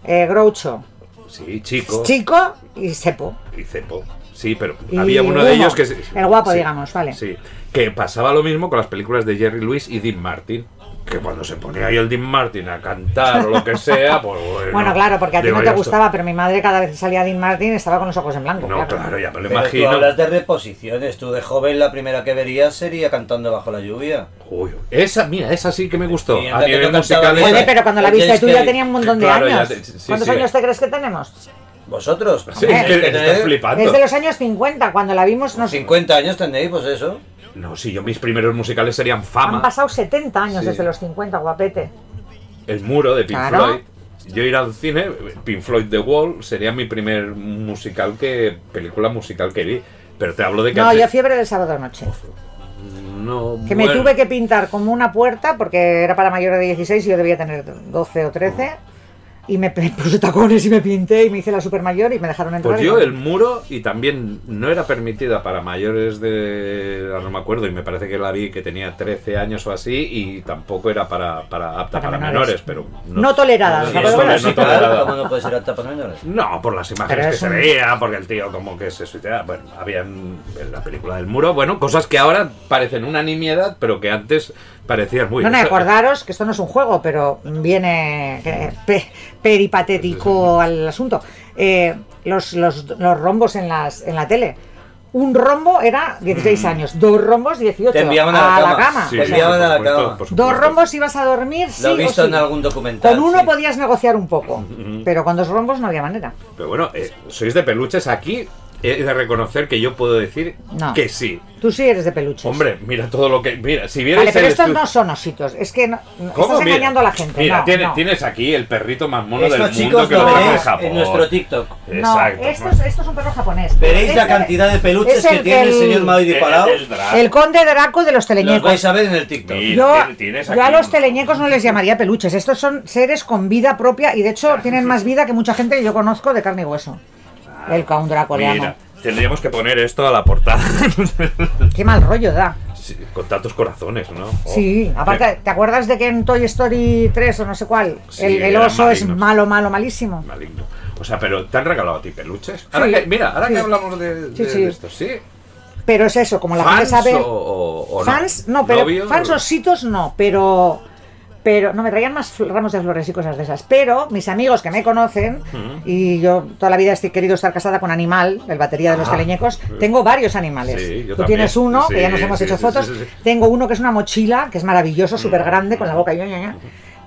S3: eh, Groucho,
S2: Sí, chico,
S3: Chico y Sepo.
S2: y Cepo. Sí, pero
S3: Y
S2: había uno de
S3: Gumo,
S2: ellos que... se-
S3: el guapo,
S2: sí,
S3: digamos, vale.
S2: Sí, que pasaba lo mismo con las películas de Jerry Lewis y Dean Martin. Que cuando se ponía ahí el Dean Martin a cantar o lo que sea,
S3: (laughs)
S2: pues bueno.
S3: Bueno, claro, porque a ti
S2: digo,
S3: no te
S2: ya está.
S3: gustaba, pero mi madre cada vez que salía Dean Martin estaba con los ojos en blanco.
S2: No, claro, ya me lo
S5: Pero
S2: imagino.
S5: tú hablas de reposiciones. Tú de joven la primera que verías sería Cantando bajo la lluvia.
S2: Uy, esa, mira, esa sí que me gustó.
S5: Y
S2: A
S5: anda que
S2: nivel
S5: no cantaba
S2: musical.
S5: bien.
S2: esa-
S3: Oye, pero cuando la
S5: Oye,
S3: viste
S5: es
S3: tú
S5: que-
S3: ya tenía un montón de
S2: claro, ya
S3: años.
S2: te- sí,
S3: ¿Cuántos
S2: sí.
S3: años te crees que tenemos?
S5: ¿Vosotros?
S2: Sí, es que
S5: tenéis
S2: estás
S5: tener
S2: flipando.
S3: Es de los años 50, cuando la vimos nos
S5: 50 años tendréis, pues eso.
S2: No, sí, yo mis primeros musicales serían Fama,
S3: han pasado 70 años
S2: Sí.
S3: desde los 50, guapete.
S2: El Muro de Pink
S3: Claro.
S2: Floyd. Yo ir al cine, Pink Floyd The Wall sería mi primer musical que. película musical que vi. Pero te hablo de que.
S3: No,
S2: antes-
S3: yo fiebre del sábado noche.
S2: no,
S3: Que me
S2: bueno.
S3: tuve que pintar como una puerta porque era para mayores de 16 y yo debía tener 12 o 13. Y me pe- puse tacones y me pinté y me hice la supermayor y me dejaron entrar.
S2: Pues
S3: y
S2: yo
S3: no.
S2: el muro y también no era permitida para mayores de... ahora No me acuerdo y me parece que la vi que tenía 13 años o así y tampoco era para, para apta
S3: Para
S2: para, menores,
S3: menores.
S2: pero...
S3: No
S2: No,
S3: tolerada, o
S2: no,
S3: sea,
S2: no,
S3: pero
S2: no,
S3: bueno,
S2: no
S5: sí, claro,
S2: tolerada.
S5: ¿Cómo no puede ser alta para menores?
S2: No, por las imágenes
S3: Pero
S2: que
S3: es
S2: se
S3: un-
S2: veía, porque el tío como que se suicidaba. Bueno, había en en la película del muro, bueno, cosas que ahora parecen una nimiedad, pero que antes parecían muy...
S3: No, no,
S2: eso-
S3: acordaros que esto no es un juego, pero viene eh, pe- peripatético al asunto. Eh, los, los- los rombos en, las, en la tele. Un rombo era 16 años, dos rombos 18.
S5: Te enviaban a la cama.
S2: Mm. Sí,
S5: Te
S2: sí,
S5: enviaban
S2: por
S5: a la
S2: supuesto,
S5: cama.
S2: por
S3: Dos
S2: supuesto.
S3: rombos ibas a dormir, sí
S5: Lo he
S3: o
S5: visto
S3: sí.
S5: en algún documental.
S3: Con uno
S5: sí.
S3: podías negociar un poco, pero con dos rombos no había manera.
S2: Pero bueno, eh, sois de peluches aquí. He de reconocer que yo puedo decir
S3: No.
S2: que sí,
S3: Tú sí eres de peluches.
S2: Hombre, mira todo lo que. Mira, si vierais
S3: Vale, pero
S2: el
S3: estos
S2: estu-
S3: no son ositos. Es que no- no-
S2: ¿Cómo?
S3: estás
S2: Mira,
S3: engañando a la gente.
S2: Mira,
S3: no,
S2: tiene-
S3: no.
S2: tienes aquí el perrito más mono
S5: Esto,
S2: del
S5: chicos,
S2: mundo que
S5: lo
S2: lo tenemos en
S5: veréis
S2: Japón.
S5: en nuestro TikTok.
S3: No,
S2: Exacto.
S3: esto es, esto es un perro japonés.
S5: Veréis la
S3: Este
S5: cantidad de peluches
S3: es
S5: que tiene el
S3: el-
S5: señor Maui disparado.
S2: Eh, El- el drag.
S3: El conde Draco de los
S5: Los
S3: teleñecos.
S5: vais a ver en el TikTok.
S2: Mira.
S3: Yo,
S2: Tien- tienes
S3: yo a
S2: aquí
S3: los
S2: un-
S3: teleñecos no les llamaría peluches. Estos son seres con vida propia y de hecho tienen más vida que mucha gente que yo conozco de carne y hueso. El Count Dracoleano.
S2: Ah. Mira, tendríamos que poner esto a la portada.
S3: Qué mal rollo da.
S2: Sí, Con tantos corazones, ¿no? Oh.
S3: Sí, aparte, ¿te acuerdas de que en Toy Story 3 o no sé cuál?
S2: Sí,
S3: el, el
S2: eran
S3: oso es
S2: malignos.
S3: malo, malo, malísimo.
S2: Maligno. O sea, pero ¿te han regalado a ti peluches? Ahora
S3: Sí.
S2: que- mira, ahora
S3: Sí.
S2: que hablamos de, de-
S3: Sí, sí.
S2: de esto, ¿sí?
S3: Pero es eso, como la gente
S2: ¿Fans
S3: sabe.
S2: o, o- o no?
S3: fans, no, pero
S2: ¿Novios?
S3: fans ositos no, pero Pero no me traían más fl- ramos de flores y cosas de esas. Pero mis amigos que me conocen, y yo toda la vida he querido estar casada con animal, el batería de los
S2: Ah.
S3: teleñecos, tengo varios animales.
S2: Sí, yo
S3: Tú
S2: también.
S3: tienes uno, que ya
S2: Sí,
S3: nos hemos
S2: sí,
S3: hecho
S2: sí,
S3: fotos.
S2: sí, Mm. sí, sí.
S3: Tengo uno que es una mochila, que es maravilloso, súper grande, con la boca y ña, ña, ña.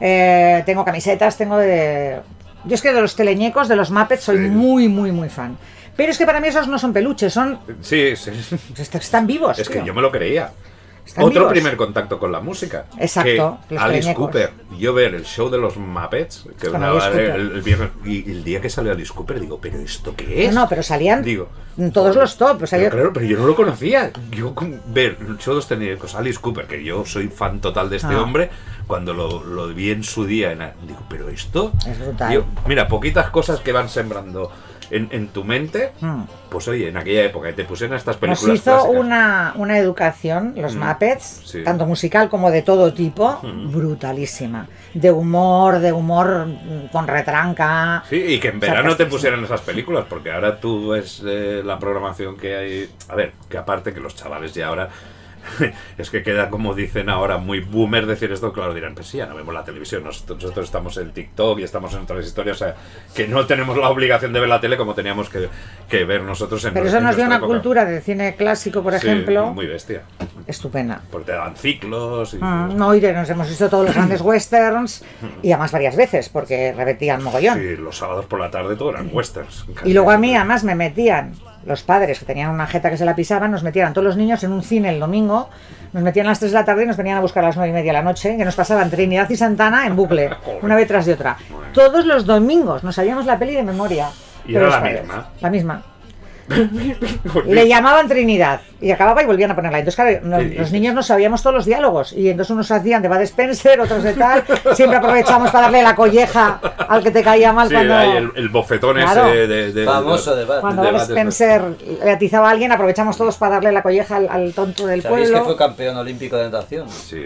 S3: Eh, tengo camisetas, tengo de. Yo es que de los teleñecos, de los Muppets, soy
S2: Sí.
S3: muy, muy, muy fan. Pero es que para mí esos no son peluches, son. pues,
S2: Sí, sí.
S3: est- Están vivos.
S2: Es que
S3: tío.
S2: yo me lo creía.
S3: Están
S2: Otro
S3: vivos.
S2: primer contacto con la música.
S3: Exacto,
S2: Que
S3: los
S2: Alice
S3: teleñecos.
S2: Cooper. Yo ver el show de los Muppets, que
S3: Con
S2: daba
S3: Alice Cooper.
S2: el, el viernes, y el día que salió Alice Cooper, digo, ¿pero esto qué es?
S3: No, no, pero salían
S2: Digo,
S3: todos
S2: joder,
S3: los top. O sea,
S2: pero
S3: yo-
S2: Claro, pero yo no lo conocía. Yo con- ver el show de los teleñecos, Alice Cooper, que yo soy fan total de este
S3: Ah.
S2: hombre, cuando lo, lo vi en su día, en a- digo, ¿pero esto?
S3: Es brutal.
S2: Digo, mira, poquitas cosas que van sembrando en, en tu mente.
S3: Mm.
S2: Pues oye, en aquella época que te pusieron estas
S3: Nos
S2: películas
S3: hizo
S2: clásicas.
S3: una, una educación, los
S2: Mm,
S3: Muppets,
S2: sí. Mm.
S3: tanto musical como de todo tipo, brutalísima. De humor, de humor mm, con retranca.
S2: Sí, y que en verano te
S3: Sarcasmo.
S2: pusieran esas películas, porque ahora tú ves eh, la programación que hay. A ver, que aparte que los chavales ya ahora. (laughs) Es que queda como dicen ahora, muy boomer decir esto, claro, dirán, pues sí, ya no vemos la televisión, nosotros, nosotros estamos en TikTok y estamos en otras historias, o sea, que no tenemos la obligación de ver la tele como teníamos que, que ver nosotros en
S3: Pero
S2: nue-
S3: eso
S2: en
S3: nos dio
S2: nuestra
S3: una
S2: época.
S3: cultura de cine clásico, por
S2: Sí,
S3: ejemplo,
S2: Muy bestia,
S3: estupenda.
S2: porque te daban ciclos y... pues-
S3: Mm, No, y de- nos hemos visto todos los grandes westerns y además varias veces porque repetían mogollón.
S2: Sí, los sábados por la tarde todo eran westerns.
S3: Y luego a mí además me metían, los padres que tenían una jeta que se la pisaban, nos metían a todos los niños en un cine el domingo, nos metían a las 3 de la tarde y nos venían a buscar a las 9 y media de la noche, que nos pasaban Trinidad y Santana en bucle,
S2: (laughs) Joder.
S3: una vez tras de otra.
S2: Bueno.
S3: Todos los domingos nos sabíamos la peli de memoria.
S2: Y
S3: pero
S2: era
S3: los
S2: la
S3: padres,
S2: misma.
S3: La misma. Le llamaban Trinidad y acababa y volvían a ponerla. Entonces, claro, no-
S2: ¿Qué
S3: los
S2: dices?
S3: niños no sabíamos todos los diálogos y entonces unos hacían de Bud Spencer, otros de tal. Siempre aprovechamos para darle la colleja al que te caía mal
S2: Sí,
S3: cuando.
S2: ahí el, el bofetón
S3: Claro.
S2: ese de, de-
S5: Famoso debate.
S3: Cuando
S2: de
S3: Bud
S2: Bud
S3: Spencer le atizaba a alguien, aprovechamos todos para darle la colleja al, al tonto del
S5: ¿Sabéis que fue
S3: pueblo.
S5: campeón olímpico de natación?
S2: Sí.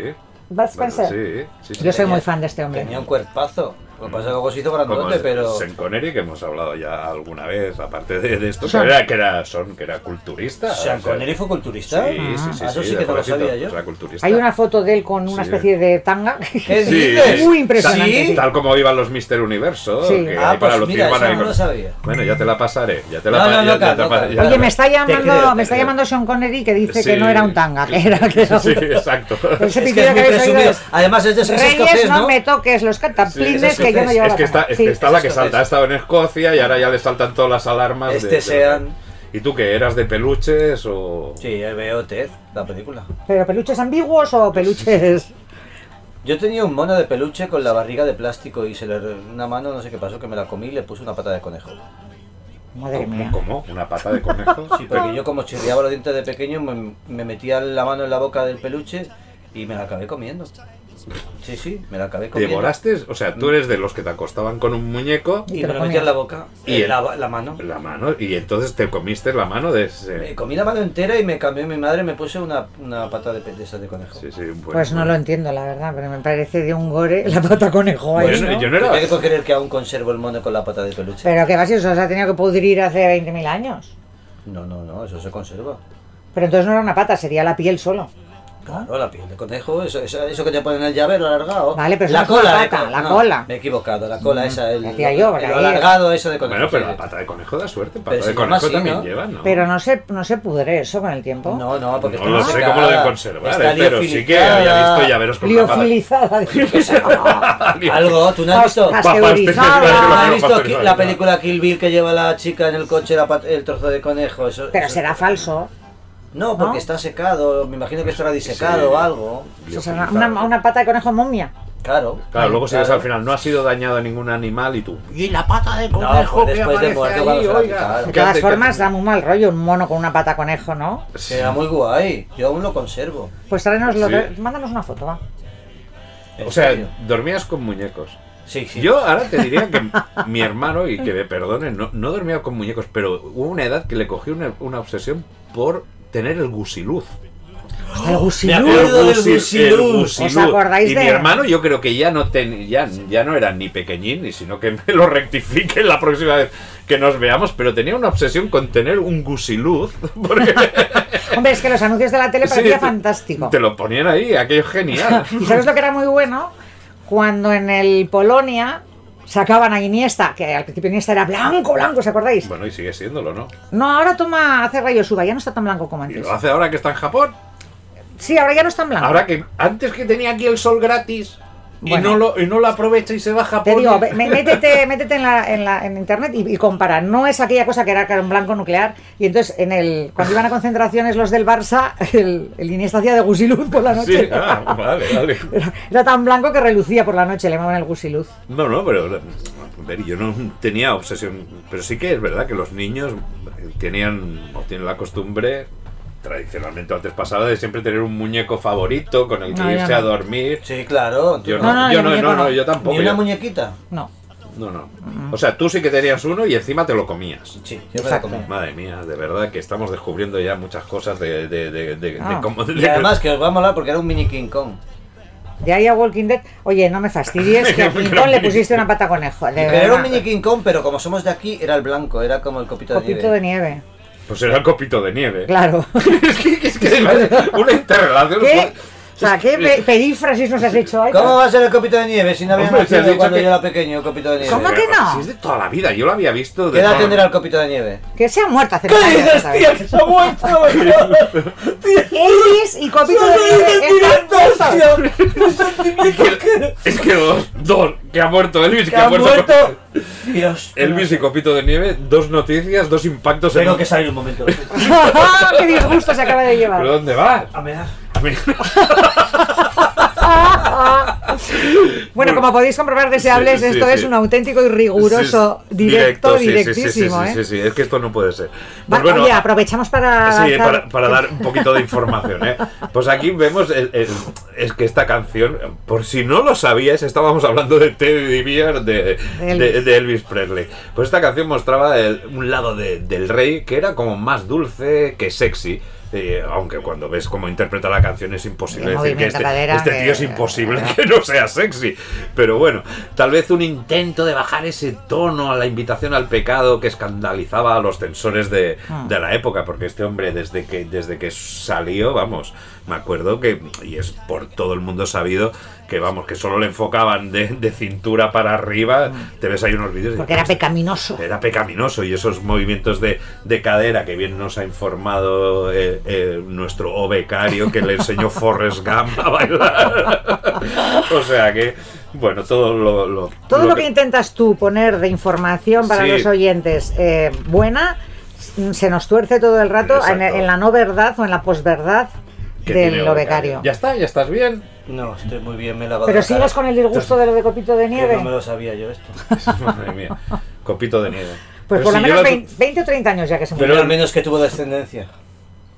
S3: Bud Spencer.
S2: Bueno, sí, sí, sí.
S3: Yo soy
S5: Tenía-
S3: muy fan de este hombre.
S5: Tenía un cuerpazo. Lo que pasa es que luego se hizo
S2: Como
S5: grandote,
S2: el-
S5: pero.
S2: Sean Connery, que hemos hablado ya alguna vez, aparte de, de esto, que
S3: Sean.
S2: era, que era Son, que era culturista.
S5: Sean
S2: o sea,
S5: Connery fue culturista.
S2: Sí, sí, sí,
S5: Ah, eso sí
S2: de
S5: que no lo
S2: jovencito,
S5: sabía yo.
S2: o sea, culturista.
S3: Hay una foto de él con una
S2: Sí.
S3: especie
S2: (laughs)
S3: de tanga.
S5: ¿Qué
S2: Sí.
S5: dices?
S3: Muy impresionante.
S5: ¿Sí?
S2: Tal como iban los Mister Universo,
S3: Sí.
S2: que
S5: Ah,
S2: ahí para
S5: pues
S2: los
S5: mira,
S2: firman
S5: eso
S2: ahí
S5: no
S2: con-
S5: lo sabía.
S2: Bueno, ya te la pasaré. Ya te la
S5: No,
S2: pa-
S5: no,
S2: ya-
S5: no,
S2: ya te la
S5: no,
S2: pa-
S5: no.
S2: ya-
S3: Oye, me está llamando,
S5: creo, te
S3: me está
S5: creo.
S3: llamando Sean Connery que dice que
S2: Sí.
S3: no era un tanga, que era que era un-
S2: Sí,
S3: (laughs)
S2: exacto.
S3: Ese
S5: Es
S3: pitido
S5: que es muy
S3: habéis oído
S5: presumido.
S3: es,
S5: Además, es de esos
S3: Reyes,
S5: escocés,
S3: no,
S5: ¿no?
S3: me toques los
S5: Sí,
S3: cataplines
S5: es
S3: que yo no
S5: escocés.
S3: llevaba
S2: Es que está,
S3: tanga.
S2: es
S3: Sí.
S2: que está la que
S5: Escocés.
S2: salta, ha estado en Escocia y ahora ya le saltan todas las alarmas. de-
S5: Este
S2: de, la-
S5: sean-
S2: ¿Y tú qué? ¿Eras de peluches o.?
S5: Sí, yo veo Ted, la película.
S3: ¿Pero peluches ambiguos o peluches...?
S5: Yo tenía un mono de peluche con la barriga de plástico y se le re- una mano, no sé qué pasó, que me la comí y le puse una pata de conejo.
S3: Madre mía.
S2: ¿Cómo? ¿Una pata de conejo?
S5: (laughs) Sí, porque yo como chirriaba los dientes de pequeño, me, me metía la mano en la boca del peluche y me la acabé comiendo. Sí, sí, me la acabé
S2: ¿Te
S5: comiendo. Mm.
S2: ¿Devoraste? O sea, tú eres de los que te acostaban con un muñeco,
S5: Y
S3: Te lo
S5: me la metía
S3: comías.
S5: en la boca,
S2: Y
S5: y
S2: el-
S5: la, la mano.
S2: la mano, y entonces te comiste la mano de
S5: Me
S2: ese.
S5: comí la mano entera y me cambió mi madre, me puse una, una pata de, pe- de esas de conejo.
S2: Sí, sí, bueno,
S3: Pues no lo entiendo, la verdad, pero me parece de un gore la pata conejo ahí,
S2: Bueno,
S3: ¿no?
S2: yo no era.
S5: Tenía que creer que aún conservo el mono con la pata de peluche.
S3: Pero qué va si eso se ha tenido que pudrir hace 20.000 años.
S5: No, no, no, eso se conserva.
S3: Pero entonces no era una pata, sería la piel solo.
S5: Claro, la piel de conejo, eso, eso, eso que te ponen en el llavero alargado.
S3: Vale, pero eso
S5: la
S3: no es una
S5: cola, de
S3: pata,
S5: co-
S3: la
S5: no,
S3: cola.
S5: Me he equivocado, la
S2: Mm,
S5: cola esa, el,
S3: Decía yo, porque
S5: el
S3: ahí-
S5: alargado eso de conejo.
S2: Bueno, pero
S5: sí.
S2: la pata de conejo da suerte. Pata
S5: Pero se
S2: de
S5: llama
S2: conejo
S5: así,
S2: también
S5: ¿no?
S2: llevan, ¿no?
S3: Pero no se, no se pudre eso con el tiempo.
S5: No, no, porque
S2: No
S5: está
S2: lo sé cómo lo
S5: masticada,
S2: deben conservar,
S5: está
S2: eh, pero sí que
S5: liofilizada.
S2: había visto llaveros
S5: (laughs)
S2: con una pata.
S3: Liofilizada.
S2: (laughs)
S5: Algo, tú no has visto.
S3: Ostras,
S5: ¿No
S3: Pasteurizada.
S2: Papá,
S5: has visto
S2: pasteurizada.
S5: Ki- la película Kill Bill que lleva la chica en el coche la pat- el trozo de conejo? Eso,
S3: Pero
S5: eso-
S3: será falso.
S5: No, porque
S3: ¿no?
S5: está secado, me imagino que estará disecado
S2: Sí.
S5: o algo.
S3: Eso será una, una pata de conejo momia.
S5: Claro.
S2: Claro, luego si ves
S5: Claro.
S2: al final, no ha sido dañado a ningún animal y tú. Y la pata de
S5: No, pues
S2: conejo que
S5: después de
S2: aparece
S5: muerto
S2: ahí,
S5: cuando se la
S2: oiga.
S5: quitaron.
S2: (laughs)
S3: De
S2: ¿Qué
S3: todas
S2: hace-
S3: formas, da muy mal rollo un mono con una pata conejo, ¿no?
S5: Que era muy guay, yo aún lo conservo.
S3: Pues tráenoslo.
S2: Sí.
S3: de- Mándanos una foto, va.
S5: en
S2: O sea,
S5: serio.
S2: dormías con muñecos.
S5: sí, sí.
S2: Yo ahora te diría que (laughs) mi hermano, y que me perdone, no, no dormía con muñecos, pero hubo una edad que le cogí una, una obsesión por tener el gusiluz.
S3: Hasta el gusilú.
S5: acuerdo. del
S2: gusil-
S5: gusiluz.
S2: el gusiluz.
S3: ¿Os acordáis
S2: y
S3: de-
S2: mi hermano yo creo que ya no ten- ya, ya no era ni pequeñín, ni sino que me lo rectifique la próxima vez que nos veamos, pero tenía una obsesión con tener un gusiluz. (laughs) Porque
S3: Hombre, es que los anuncios de la tele
S2: Sí,
S3: parecía
S2: te-
S3: fantástico.
S2: Te lo ponían ahí, aquello genial. (laughs)
S3: ¿Y sabes lo que era muy bueno? cuando en el Polonia sacaban a Iniesta, que al principio Iniesta era blanco, blanco, ¿os acordáis?
S2: Bueno, y sigue siéndolo, ¿no?
S3: No, ahora toma, hace rayos suba, ya no está tan blanco como
S2: Y
S3: antes.
S2: lo hace ahora que está en Japón.
S3: Sí, ahora ya no es tan blanco.
S2: Ahora que antes que tenía aquí el sol gratis y,
S3: Bueno.
S2: no lo, y no lo aprovecha y se va a Japón.
S3: Te digo, ve- me- métete, métete en, la, en, la- en internet y, y compara. No es aquella cosa que era que era un blanco nuclear. Y entonces, en el cuando iban a concentraciones los del Barça, el, el Iniesta hacía de gusiluz por la noche.
S2: (laughs) Sí, ah, vale, vale.
S3: (laughs) Era, era tan blanco que relucía por la noche, le llamaban el gusiluz.
S2: No, no, pero a ver, yo no tenía obsesión, pero sí que es verdad que los niños eh, tenían o tienen la costumbre tradicionalmente antes pasada de siempre tener un muñeco favorito con el que
S3: No, yo
S2: irse
S3: no.
S2: a dormir.
S5: Sí, claro. tú
S2: Yo no,
S3: No, no,
S2: yo
S3: yo
S2: no,
S3: muñeco
S2: no, no,
S3: no.
S2: yo tampoco.
S5: ¿Ni una
S2: yo-
S5: muñequita?
S3: No.
S2: no, no.
S3: Mm.
S2: O sea, tú sí que tenías uno y encima te lo comías.
S5: Sí, yo me la comí.
S2: Madre mía, de verdad que estamos descubriendo ya muchas cosas de, de, de, de- de
S3: Ah.
S2: cómo.
S5: Y
S2: de-
S5: además que os va a molar porque era un mini King Kong.
S3: De ahí a Walking Dead, oye, no me
S2: (laughs)
S3: fastidies, que a King Kong le pusiste una pata conejo. De
S5: Pero era un
S3: verdad.
S5: mini King Kong, pero como somos de aquí, era el blanco, era como el copito,
S3: Copito de nieve,
S2: Pues era el copito de nieve.
S3: claro.
S2: (laughs) es que es que se me hace una interrelación.
S3: ¿Qué? O sea, ¿qué pe- perífrasis nos has hecho? Ay,
S5: ¿Cómo va a ser el copito de nieve si no había
S2: Hombre, te has
S5: nacido
S2: dicho
S5: cuando
S2: que-
S5: yo era pequeño el copito de nieve?
S3: ¿Cómo que no?
S2: Si es de toda la vida, yo lo había visto.
S5: ¿Qué
S2: De
S5: edad
S2: toda-
S5: tendrá el copito de nieve?
S3: Que se ha muerto hace
S5: ¿Qué
S3: muchos años,
S5: dices,
S3: ¿sabes?
S5: tío? ¡Que se ha muerto, tío!
S3: Elvis y Copito de Nieve están juntos.
S5: ¡Los sentimientos que...
S2: (laughs) Es que dos, dos, que ha muerto Elvis, que,
S5: (laughs) ¡Que ha muerto! Dios.
S2: Elvis y Copito de Nieve, dos noticias, dos impactos
S5: Tengo
S2: en.
S5: que salir un
S3: (laughs)
S5: momento.
S3: ¡Qué disgusto se acaba de
S2: (laughs) ¿Pero
S3: llevar!
S2: dónde vas?
S5: A mear.
S2: A mí-
S3: (laughs) Bueno, como podéis comprobar, deseables,
S2: Sí, sí,
S3: esto
S2: sí.
S3: es un auténtico y riguroso
S2: Sí, sí, sí,
S3: directo,
S2: sí,
S3: directísimo,
S2: sí, sí, sí,
S3: ¿eh?
S2: sí, es que esto no puede ser.
S3: Va-
S2: Pues bueno,
S3: Oye, aprovechamos para.
S2: Pues Sí, eh, para,
S3: avanzar.
S2: para dar un poquito de información, ¿eh? Pues aquí vemos el- el- es que esta canción, por si no lo sabíais, estábamos hablando de Teddy Bear de,
S3: Elvis.
S2: de- de Elvis Presley. Pues esta canción mostraba el- un lado de- del rey que era como más dulce que sexy. Eh, aunque cuando ves cómo interpreta la canción es imposible
S3: El
S2: decir que
S3: movimiento
S2: este,
S3: cadera
S2: este
S3: que-
S2: tío es imposible (laughs) que no sea sexy. Pero bueno, tal vez un intento de bajar ese tono a la invitación al pecado que escandalizaba a los censores de,
S3: Hmm.
S2: de la época, porque este hombre desde que, desde que salió, vamos, me acuerdo que, y es por todo el mundo sabido, que vamos, que solo le enfocaban de, de cintura para arriba, te ves ahí unos vídeos y
S3: Hmm. Porque era pecaminoso.
S2: era pecaminoso y esos movimientos de, de cadera que bien nos ha informado eh, eh, nuestro o becario que le (laughs) enseñó Forrest Gump a bailar. o sea que, bueno, todo lo... lo-
S3: Todo lo que
S2: que-
S3: intentas tú poner de información para
S2: Sí.
S3: los oyentes eh, buena s- se nos tuerce todo el rato en,
S2: Exacto.
S3: en la no verdad o en la posverdad
S2: que
S3: del
S2: tiene
S3: lo
S2: O
S3: becario.
S2: Ya está, ya estás bien.
S5: No, estoy muy bien, me he lavado
S3: Pero
S5: la cara.
S3: sigues con el disgusto de lo de Copito de
S5: Que
S3: Nieve.
S5: no me lo sabía
S2: (laughs)
S5: yo esto.
S2: (laughs) Madre mía, copito de nieve.
S3: Pues
S2: Pero
S3: por
S2: si
S3: lo menos
S2: yo la-
S3: 20, 20 o 30 años ya que se
S5: Pero
S3: murió.
S5: al menos que tuvo descendencia.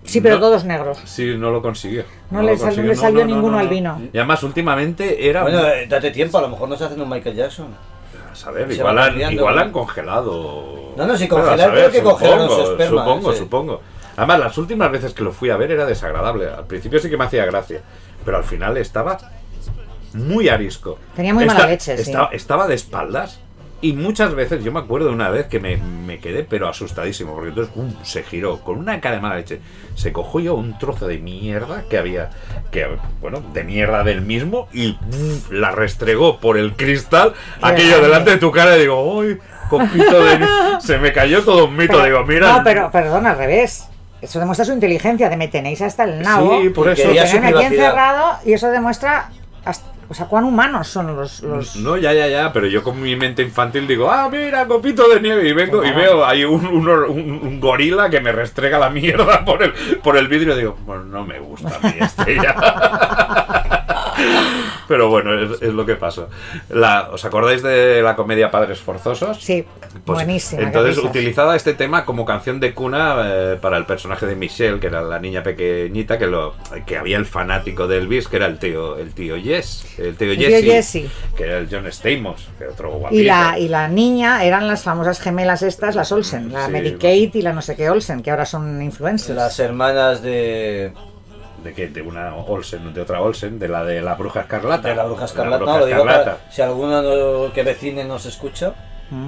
S3: Sí, pero
S2: no.
S3: todos negros.
S2: Sí, no lo consiguió.
S3: No
S2: lo
S3: le sal- no
S2: consiguió.
S3: le salió ninguno albino.
S2: Y además últimamente era...
S5: Bueno, eh, date tiempo, a lo mejor nos hacen un Michael Jackson.
S2: A saber,
S5: Se
S2: igual
S5: va
S2: han,
S5: cambiando,
S2: igual
S5: ¿no?
S2: han congelado.
S5: No, no, si
S2: Claro, a
S5: congelar, creo que
S2: supongo,
S5: congelaron su esperma,
S2: Supongo,
S5: sí.
S2: supongo. Además, las últimas veces que lo fui a ver era desagradable. Al principio sí que me hacía gracia, pero al final estaba muy arisco.
S3: Tenía muy
S2: Esta-
S3: mala leche, sí.
S2: esta- Estaba de espaldas. Y muchas veces, yo me acuerdo de una vez que me, me quedé pero asustadísimo, porque entonces ¡pum!, se giró con una cara de mala leche. Se cogió un trozo de mierda que había, que bueno, de mierda del mismo y ¡pum!, la restregó por el cristal, aquello
S3: grande.
S2: delante de tu cara y digo, ¡ay! Copito
S3: (laughs)
S2: de... ni-". Se me cayó todo un mito,
S3: Pero-
S2: digo, mira...
S3: No, pero perdón, al revés. Eso demuestra su inteligencia, de me tenéis hasta el nabo.
S2: Sí, por
S5: Y
S2: eso...
S5: quería- Ya su
S3: tenerme aquí
S5: privacidad.
S3: encerrado y eso demuestra hasta- o sea, cuán humanos son los... los...
S2: No, ya, ya, ya, pero yo con mi mente infantil digo, ah, mira, copito de nieve, y vengo y veo ahí un, un, un- un gorila que me restrega la mierda (laughs) por el, por el vidrio, digo, bueno, no me gusta a mí este ya. (laughs) Pero bueno, es, es lo que pasó. La- ¿Os acordáis de la comedia Padres Forzosos?
S3: Sí,
S2: Pues,
S3: buenísima. qué
S2: Entonces
S3: risas.
S2: utilizaba este tema como canción de cuna eh, para el personaje de Michelle, que era la niña pequeñita, que lo que había el fanático de Elvis, que era el tío, el tío Yes, el tío
S3: El tío
S2: Jesse,
S3: Jesse.
S2: que era el John Stamos, que era otro guapito.
S3: y la, y la niña eran las famosas gemelas estas, las Olsen, la
S2: Sí,
S3: Mary
S2: bueno.
S3: Kate y la no sé qué Olsen, que ahora son influencers.
S5: Las hermanas de...
S2: de que de una Olsen, de otra Olsen, de la de la bruja escarlata.
S5: De la
S2: De
S5: bruja
S2: la
S5: escarlata.
S2: bruja
S5: No, lo digo
S2: escarlata.
S5: para- si alguno no- que vecine nos escucha.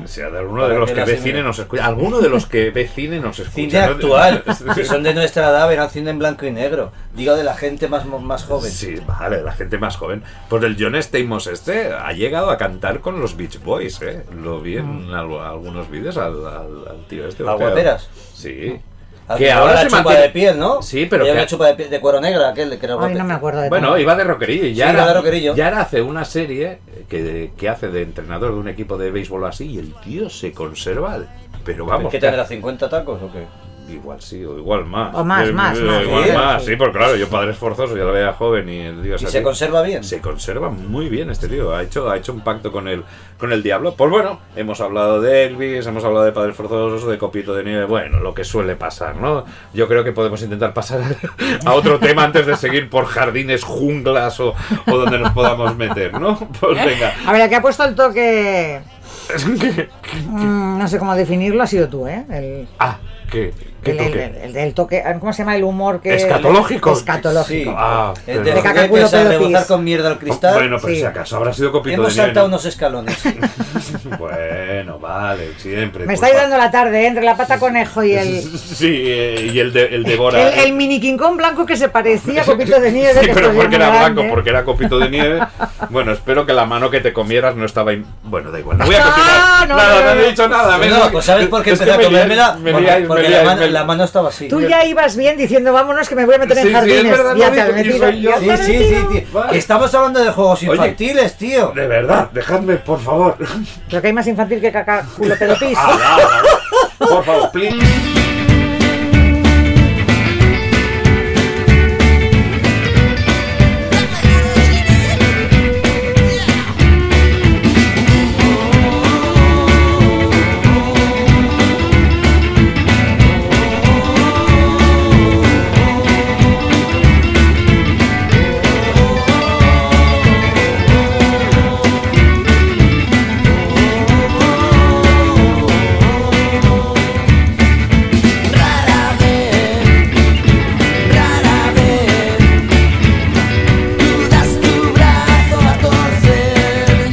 S2: O sea, de alguno de
S5: Para
S2: los
S5: que
S2: que
S5: la
S2: ve
S5: señora-
S2: cine nos escucha. Alguno de los que ve cine nos escucha.
S5: Cine
S2: ¿no? (laughs)
S5: actual. Si son de nuestra edad, verán cine en blanco y negro. Digo de la gente más, más joven.
S2: Sí, vale, la gente más joven. Pues el John Stamos este ha llegado a cantar con los Beach Boys, ¿eh? Lo vi en al- algunos vídeos al, al- al tío este.
S5: Mm. ¿Las
S2: o sea,
S5: guaperas?
S2: Sí.
S5: Al Que ahora la chupa de piel, ¿no?
S2: Sí, pero
S5: Había
S2: que-
S5: una chupa de, pie- de cuero negra, aquel que era
S3: Ay, no me acuerdo de
S2: Bueno,
S3: todo.
S2: iba de rockerillo. y Ya,
S5: Sí,
S2: era,
S5: iba de rockerillo.
S2: ya era hace una serie que, que hace de entrenador de un equipo de béisbol así y el tío se conserva. Pero vamos.
S5: ¿Qué tendrá, 50 tacos o qué?
S2: Igual sí, o igual más.
S3: O más,
S2: Eh,
S3: más,
S2: eh,
S3: más.
S2: Igual
S5: Sí,
S2: más,
S5: sí.
S2: sí, porque claro, yo padres forzosos, ya lo veía joven y el tío
S5: ¿Y
S2: salió.
S5: se conserva bien?
S2: Se conserva muy bien este tío, ha hecho, ha hecho un pacto con el, con el diablo. Pues bueno, hemos hablado de Elvis, hemos hablado de padres forzosos, de copito de nieve, bueno, lo que suele pasar, ¿no? Yo creo que podemos intentar pasar a otro tema antes de seguir por jardines, junglas o, o donde nos podamos meter, ¿no?
S3: ¿Eh?
S2: Pues venga.
S3: A ver, el que ha puesto el toque. Mm, no sé cómo definirlo, ha sido tú, ¿eh? El,
S2: Ah, ¿qué, qué
S3: el,
S2: toque?
S3: el- el- el toque. ¿Cómo se llama el humor que.
S2: Escatológico.
S3: Escatológico.
S5: Sí.
S2: Ah,
S5: El
S2: perdón.
S5: de
S3: De cacaculo
S5: juguetes a
S3: pedo
S5: rebozar
S3: pis.
S5: con mierda al cristal.
S2: Bueno, pero
S3: sí.
S2: si acaso habrá sido copito
S5: Hemos
S2: de nieve.
S5: saltado
S2: ¿no?
S5: unos escalones.
S2: (laughs) Bueno, vale, siempre. culpa.
S3: Me estáis dando la tarde, ¿eh? entre la pata conejo y el.
S2: Pues (laughs) Sí, eh, y el, de, el devora.
S3: El, el mini quincón blanco que se parecía a Copito de Nieve.
S2: Sí,
S3: que
S2: pero
S3: estoy ¿eh?
S2: porque era
S3: viendo
S2: blanco,
S3: grande.
S2: porque era copito de nieve.
S3: (laughs)
S2: Bueno, espero que la mano que te comieras no estaba. in- Bueno, da igual. No voy a
S3: No,
S2: continuar.
S3: no,
S2: nada,
S3: no,
S2: no,
S3: no.
S2: he dicho nada. ves,
S5: No, pues ¿sabes por qué
S2: es que
S5: empecé a
S2: me lié-
S5: comérmela?
S2: me
S5: Porque-
S2: lié-
S5: porque
S2: me
S5: la
S2: lié-
S5: mano-
S2: me-
S5: la mano estaba así.
S3: Tú ya ibas bien diciendo, vámonos que me voy a meter
S2: Sí,
S3: en
S2: sí, es
S3: jardines.
S2: verdad,
S3: ya
S2: lo
S3: te has
S2: digo, y
S3: metido.
S2: soy yo.
S3: ya te
S5: Sí,
S3: has
S5: sí,
S3: metido.
S5: sí, tío. Que Estamos hablando de juegos
S2: Oye.
S5: infantiles, tío.
S2: De verdad, dejadme, por favor. (laughs)
S3: Creo que hay más infantil que caca culo pedo
S7: (laughs)
S3: pis.
S2: Ah, ah, ah. por favor, please.
S8: Rara vez, rara vez, tú das tu brazo a torcer.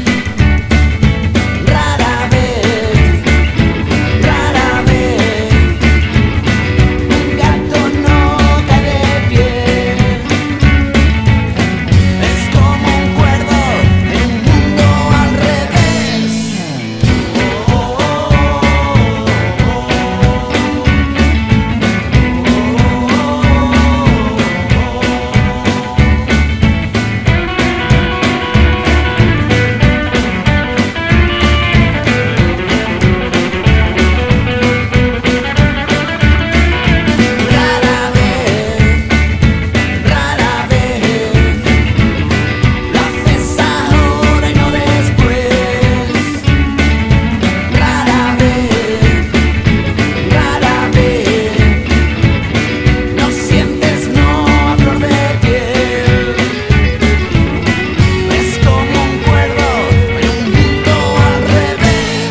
S8: Rara vez, rara vez, un gato no cae de pie. Es como un cuerdo, el mundo al revés. Oh, Rara vez, rara vez, lo haces ahora y no después. Rara vez, rara vez, no sientes no a flor de piel. Es como un cuerdo en un mundo al revés.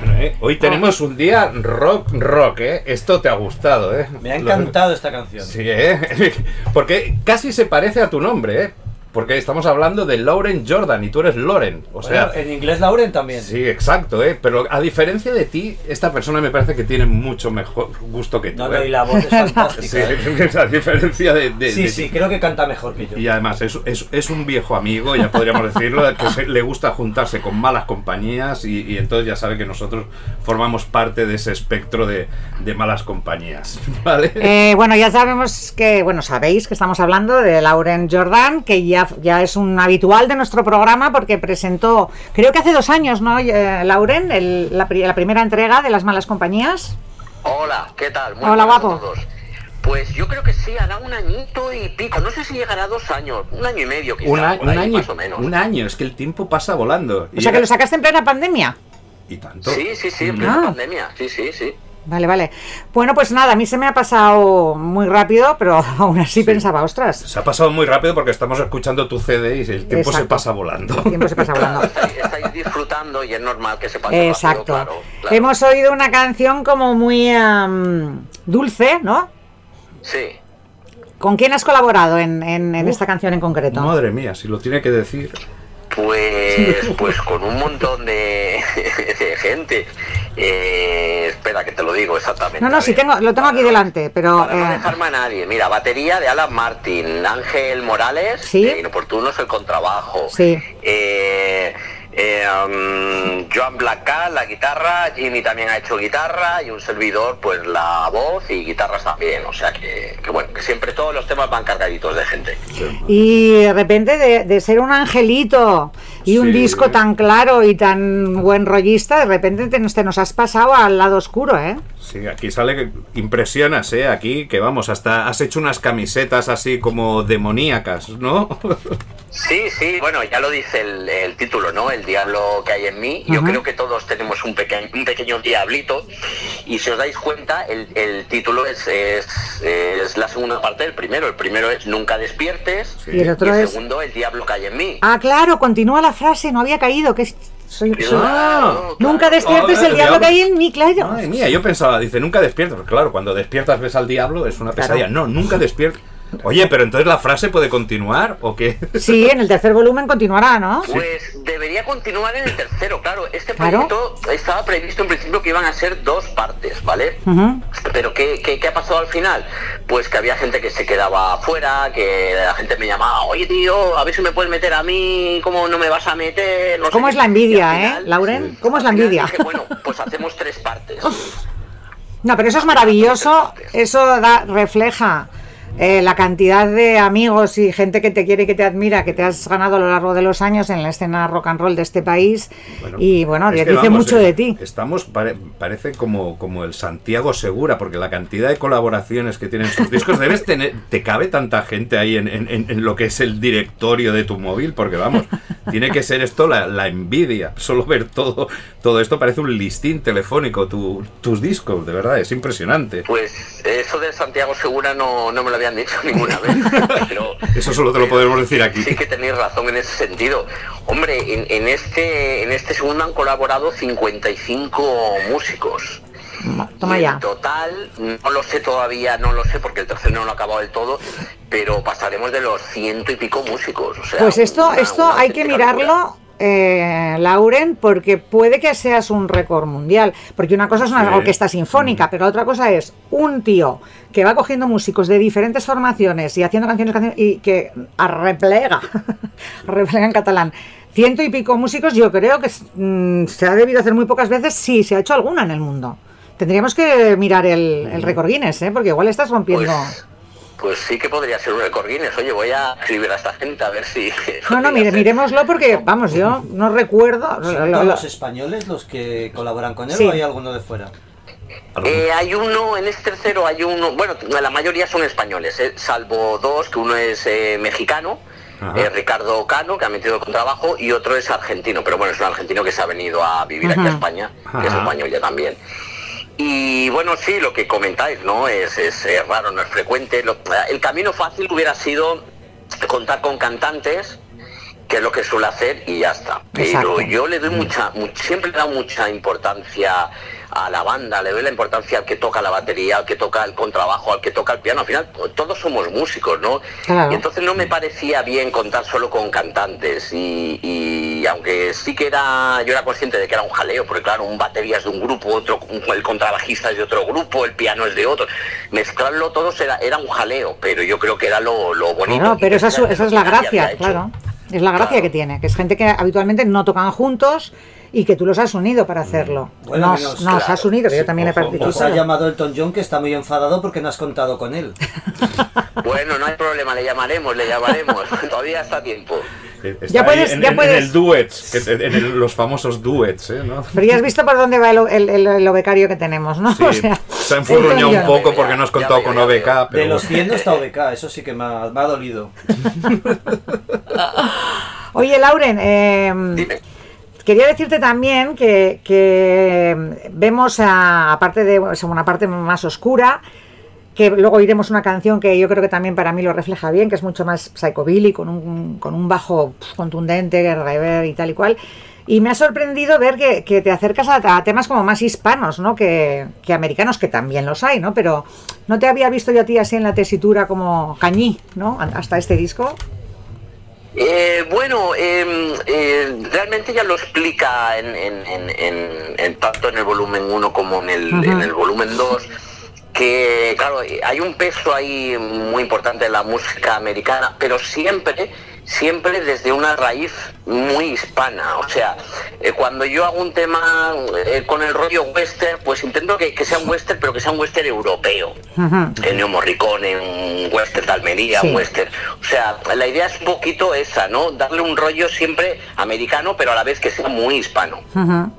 S2: Bueno, eh, Hoy tenemos un día rock, rock, ¿eh? Esto te ha gustado, ¿eh?
S5: Me ha encantado esta canción.
S2: (laughs) Sí, ¿eh? Porque casi se parece a tu nombre, ¿eh? Porque estamos hablando de Lauren Jordan y tú eres Lauren. O sea,
S5: Bueno, en inglés Lauren también.
S2: Sí, exacto, ¿eh? Pero a diferencia de ti, esta persona me parece que tiene mucho mejor gusto que tú.
S5: No, no,
S2: ¿eh?
S5: y la
S2: (laughs)
S5: voz
S2: Sí,
S5: es fantástica. ¿eh?
S2: (laughs) a diferencia de, de-
S5: Sí,
S2: de
S5: sí,
S2: ti.
S5: creo que canta mejor que yo.
S2: Y además es, es, es un viejo amigo, ya podríamos decirlo, que se- le gusta juntarse con malas compañías y, y entonces ya sabe que nosotros formamos parte de ese espectro de, de malas compañías. (laughs) ¿Vale?
S3: Eh, bueno, ya sabemos que, bueno, sabéis que estamos hablando de Lauren Jordan, que ya, ya es un habitual de nuestro programa porque presentó, creo que hace dos años, ¿no, eh, Lauren? El- la, pri- la primera entrega de Las Malas Compañías.
S7: Hola, ¿qué tal?
S3: Hola,
S7: buenas a
S3: guapo.
S7: todos. Pues yo creo que sí, hará un añito y pico. No sé si llegará a dos años, un año y medio quizás.
S2: Un, a-
S7: por
S2: un
S7: ahí,
S2: año,
S7: Más o menos.
S2: un año, es que el tiempo pasa volando.
S3: O sea que lo sacaste en plena pandemia.
S2: y tanto.
S7: Sí, sí, sí, en
S2: Mm.
S7: plena
S3: Ah.
S7: pandemia. Sí, sí, sí.
S3: Vale, vale. Bueno, pues nada, a mí se me ha pasado muy rápido, pero (laughs) aún así pensaba, ostras,
S2: Se ha pasado muy rápido porque estamos escuchando tu CD y el tiempo se
S3: Exacto.
S2: pasa volando.
S3: el tiempo se pasa
S7: (laughs)
S3: volando.
S7: Estáis, estáis disfrutando y es normal que se pase
S3: Exacto.
S7: rápido, claro, claro.
S3: Hemos oído una canción como muy em, dulce, ¿no?
S7: Sí.
S3: ¿Con quién has colaborado en, en- en esta canción en concreto?
S2: Madre mía, si lo tiene que decir.
S7: Pues, pues con un montón de, (laughs) de gente. Eh, espera que te lo digo exactamente.
S3: No, no,
S7: a
S3: sí
S7: ver.
S3: tengo, lo tengo aquí
S7: Para-
S3: delante, pero
S7: Para no
S3: eh,
S7: dejarme a nadie. Mira, batería de Alan Martin, Ángel Morales,
S3: Sí.
S7: de Inoportunos el contrabajo.
S3: Sí.
S7: Eh, eh, um, Joan Blanca, la guitarra, Jimmy también ha hecho guitarra y un servidor, pues la voz y guitarras también. O sea que, que bueno, que siempre todos los temas van cargaditos de gente.
S3: y de repente de, de ser un angelito y
S2: Sí.
S3: un disco tan claro y tan buen rollista, de repente te, nos- te nos has pasado al lado oscuro, ¿eh?
S2: Sí, aquí sale que impresionas, ¿eh? Aquí, que vamos, hasta has hecho unas camisetas así como demoníacas, ¿no?
S7: Sí, sí, bueno, ya lo dice el, el título, ¿no? El diablo que hay en mí. Yo
S3: Ajá.
S7: creo que todos tenemos un, peque- un pequeño diablito. Y si os dais cuenta, el, el título es, es, es la segunda parte del primero. El primero es Nunca despiertes.
S3: Y el
S7: y
S3: otro
S7: el
S3: es...
S7: segundo, El diablo que hay en mí.
S3: Ah, claro, continúa la frase, no había caído, que es- soy... soy-
S2: Ah,
S3: Nunca despiertes
S2: Ah,
S3: el diablo que hay en mí, claro.
S2: Madre mía, yo pensaba, dice, nunca despiertas. Porque claro, cuando despiertas ves al diablo, es una pesadilla. No, nunca despiertas. Oye, pero entonces la frase puede continuar o qué?
S3: Sí, en el tercer volumen continuará, ¿no?
S7: Pues debería continuar en el tercero, claro. Este
S3: Claro.
S7: proyecto estaba previsto en principio que iban a ser dos partes, ¿vale?
S3: Ujú.
S7: Pero ¿qué, qué, qué ha pasado al final? Pues que había gente que se quedaba afuera, que la gente me llamaba, oye tío, a ver si me puedes meter a mí, ¿cómo no me vas a meter? No sé
S3: ¿Cómo
S7: qué".
S3: es la
S7: Y al
S3: envidia, eh,
S7: final-
S3: Lauren? ¿Cómo es la
S7: al final
S3: envidia?
S7: dije, bueno, pues hacemos tres
S3: (laughs)
S7: partes.
S3: No, pero eso es maravilloso, eso da, refleja eh, la cantidad de amigos y gente que te quiere y que te admira, que te has ganado a lo largo de los años en la escena rock and roll de este país. y bueno,
S2: es
S3: dice
S2: que vamos,
S3: mucho
S2: eh,
S3: de ti.
S2: Estamos, pare- parece como, como el Santiago Segura, porque la cantidad de colaboraciones que tienen sus discos, debes tener, te cabe tanta gente ahí en, en- en- en lo que es el directorio de tu móvil, porque vamos, tiene que ser esto la, la envidia. Solo ver todo, todo esto parece un listín telefónico, tu- tus discos, de verdad, es impresionante.
S7: Pues eso de Santiago Segura no, no me lo habían dicho ninguna vez. (laughs) Pero,
S2: Eso solo te lo podemos decir aquí.
S7: Sí que tenéis razón en ese sentido. Hombre, en, en este en este segundo han colaborado 55 músicos.
S3: Toma
S7: Y
S3: ya.
S7: En total, no lo sé todavía, no lo sé porque el tercero no lo ha acabado del todo, pero pasaremos de los ciento y pico músicos. o sea,
S3: Pues esto,
S7: una-
S3: esto
S7: una
S3: hay que
S7: auténtica locura.
S3: mirarlo, eh, Lauren, porque puede que seas un récord mundial. Porque una cosa es una
S2: Sí.
S3: orquesta sinfónica, pero otra cosa es un tío que va cogiendo músicos de diferentes formaciones y haciendo canciones, canciones, y que replega, (laughs) replega en catalán. Ciento y pico músicos, yo creo que es- mm, se ha debido hacer muy pocas veces, si se ha hecho alguna en el mundo. Tendríamos que mirar el, el récord Guinness, ¿eh? porque igual estás rompiendo.
S7: Pues, pues sí que podría ser un récord Guinness. Oye, voy a escribir a esta gente a ver si. (laughs)
S3: No, no, mire, miremoslo porque, vamos, yo no recuerdo. lo-
S5: ¿Son
S3: lo-
S5: todos
S3: lo-
S5: los españoles los que colaboran con él
S3: Sí.
S5: o hay alguno de fuera?
S7: Eh, hay uno, en este tercero hay uno, bueno, la mayoría son españoles, eh, salvo dos, que uno es eh, mexicano,
S2: Ajá.
S7: eh, Ricardo Cano, que ha metido con trabajo, y otro es argentino, pero bueno, es un argentino que se ha venido a vivir aquí a
S3: Ajá.
S7: España, que es
S2: Ajá.
S7: español ya también. Y bueno, sí, lo que comentáis, ¿no? Es, es, eh, raro, no es frecuente. Lo- el camino fácil hubiera sido contar con cantantes que es lo que suele hacer y ya está. Pero
S3: Exacto.
S7: yo le doy mucha, mu- siempre le he dado mucha importancia a la banda, le doy la importancia al que toca la batería, al que toca el contrabajo, al que toca el piano. Al final pues, todos somos músicos, ¿no?
S3: Claro.
S7: Y entonces no me parecía bien contar solo con cantantes y, y aunque sí que era, yo era consciente de que era un jaleo, porque claro, un batería es de un grupo, otro, el contrabajista es de otro grupo, el piano es de otro. Mezclarlo todos era, era un jaleo, pero yo creo que era lo, lo bonito.
S3: Claro,
S7: y
S3: pero
S7: que
S3: esa es,
S7: era-
S3: esa es la
S7: que nadie
S3: gracia,
S7: había hecho.
S3: claro. Es la gracia
S7: Claro.
S3: que tiene, que es gente que habitualmente no tocan juntos y que tú los has unido para hacerlo.
S5: Mm. Bueno,
S3: nos
S5: menos,
S3: nos
S7: claro.
S3: has unido, que yo también he
S2: ojo, ojo.
S5: Nos ha
S3: participado.
S5: llamado Elton John que está muy enfadado porque no has contado con él.
S7: Bueno, no hay problema, le llamaremos, le llamaremos. Todavía está a tiempo.
S2: Está
S3: Ya
S2: ahí
S3: puedes-
S2: en,
S3: ya
S2: en-
S3: puedes.
S2: en el duets, que te- en el- los famosos duets, ¿eh? ¿No?
S3: Pero ya has visto por dónde va el, el, el- el becario que tenemos, ¿no?
S2: Sí,
S3: (laughs) O sea,
S2: se ha enfurruñado
S3: Elton
S2: un
S3: John.
S2: poco porque no has
S7: Ya
S2: contado
S7: veo,
S2: con
S7: ya
S2: OBK, pero
S5: De los
S2: bueno.
S5: 100 no está
S2: (laughs)
S5: OBK, eso sí que me ha, me ha dolido.
S3: Oye, Lauren, eh,
S7: Dime.
S3: Quería decirte también que, que vemos, a- aparte de o sea, una parte más oscura, que luego oiremos una canción que yo creo que también para mí lo refleja bien, que es mucho más psychobilly, con un, con un bajo pf, contundente, rever y tal y cual. Y me ha sorprendido ver que, que te acercas a, a temas como más hispanos, ¿no? Que, que americanos, que también los hay, ¿no? Pero no te había visto yo a ti así en la tesitura como cañí, ¿no? A- Hasta este disco.
S7: Eh, bueno, em, eh, realmente ya lo explica en, en- en- en- en tanto en el volumen 1 como en el,
S3: Ujú.
S7: en el volumen 2, que claro, eh, hay un peso ahí muy importante de la música americana, pero siempre, siempre desde una raíz muy hispana. O sea, eh, cuando yo hago un tema eh, con el rollo western, pues intento que, que sea un western, pero que sea un western europeo.
S3: Ujú.
S7: Ennio Morricone, un western de Almería,
S3: Sí.
S7: un western. O sea, la idea es un poquito esa, ¿no? Darle un rollo siempre americano, pero a la vez que sea muy hispano.
S3: Ujú.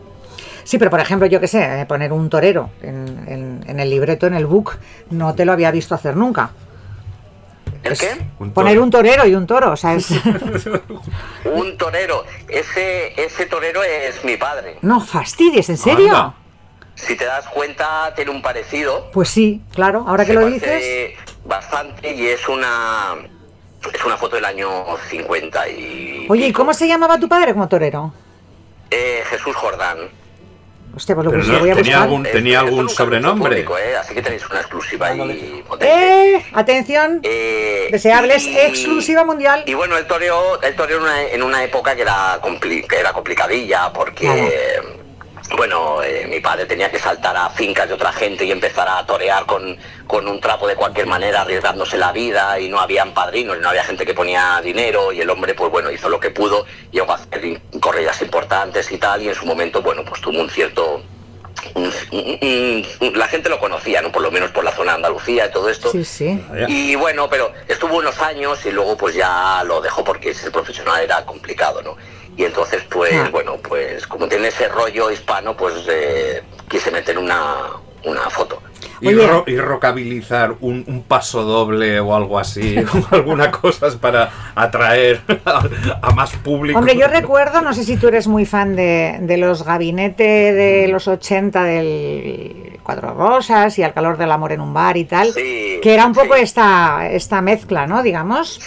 S3: Sí, pero por ejemplo, yo qué sé, eh, poner un torero en, en- en el libreto, en el book, no te lo había visto hacer nunca.
S7: ¿El
S3: Es
S7: qué?
S2: Un
S3: poner
S2: toro.
S3: un torero y un toro, o
S2: (laughs)
S3: sea, es...
S7: Un torero. Ese, ese torero es mi padre.
S3: no fastidies, ¿en serio?
S2: Anda.
S7: Si te das cuenta, tiene un parecido.
S3: Pues sí, claro, ahora que
S7: Se
S3: lo
S7: parece
S3: dices...
S7: Bastante y es una... Es una foto del año 50 y...
S3: Oye, ¿y cómo se llamaba tu padre como torero?
S7: Eh, Jesús Jordán. Eh,
S3: Hostia, pues lo,
S2: Pero
S3: lo
S2: no,
S3: voy a
S2: tenía
S3: buscar.
S2: algún-
S7: Esto- esto
S2: algún
S7: nunca lo he hecho
S2: sobrenombre?
S7: público, eh, Así que tenéis una exclusiva
S5: Ah, no
S7: y...
S3: ¡Eh! Atención,
S7: Eh,
S3: Deseables,
S7: y-
S3: exclusiva mundial.
S7: Y bueno, el toreo, el toreo en, una, en una época que era, compli- que era complicadilla porque...
S3: Claro.
S7: Bueno, eh, mi padre tenía que saltar a fincas de otra gente y empezar a torear con, con un trapo de cualquier manera, arriesgándose la vida, y no habían padrinos, y no había gente que ponía dinero, y el hombre, pues bueno, hizo lo que pudo, llegó a hacer in- corridas importantes y tal, y en su momento, bueno, pues tuvo un cierto... un- un- un- la gente lo conocía, ¿no? Por lo menos por la zona de Andalucía y todo esto.
S3: Sí, sí.
S2: Vaya.
S7: Y bueno, pero estuvo unos años y luego pues ya lo dejó porque ser profesional era complicado, ¿no? Y entonces pues
S3: Ah.
S7: bueno, pues como tiene ese rollo hispano, pues eh, quise meter una, una foto.
S2: Y,
S3: Oye.
S2: ro- y rocabilizar un, un paso doble o algo así, (laughs) o alguna cosa es para atraer (laughs) a, a más público.
S3: Hombre,
S2: (laughs)
S3: yo recuerdo, no sé si tú eres muy fan de, de los gabinete
S2: Mm.
S3: de los 80 del Cuadro Rosas y Al calor del amor en un bar y tal,
S7: Sí,
S3: que era un poco
S7: sí.
S3: esta, esta mezcla, ¿no? Digamos.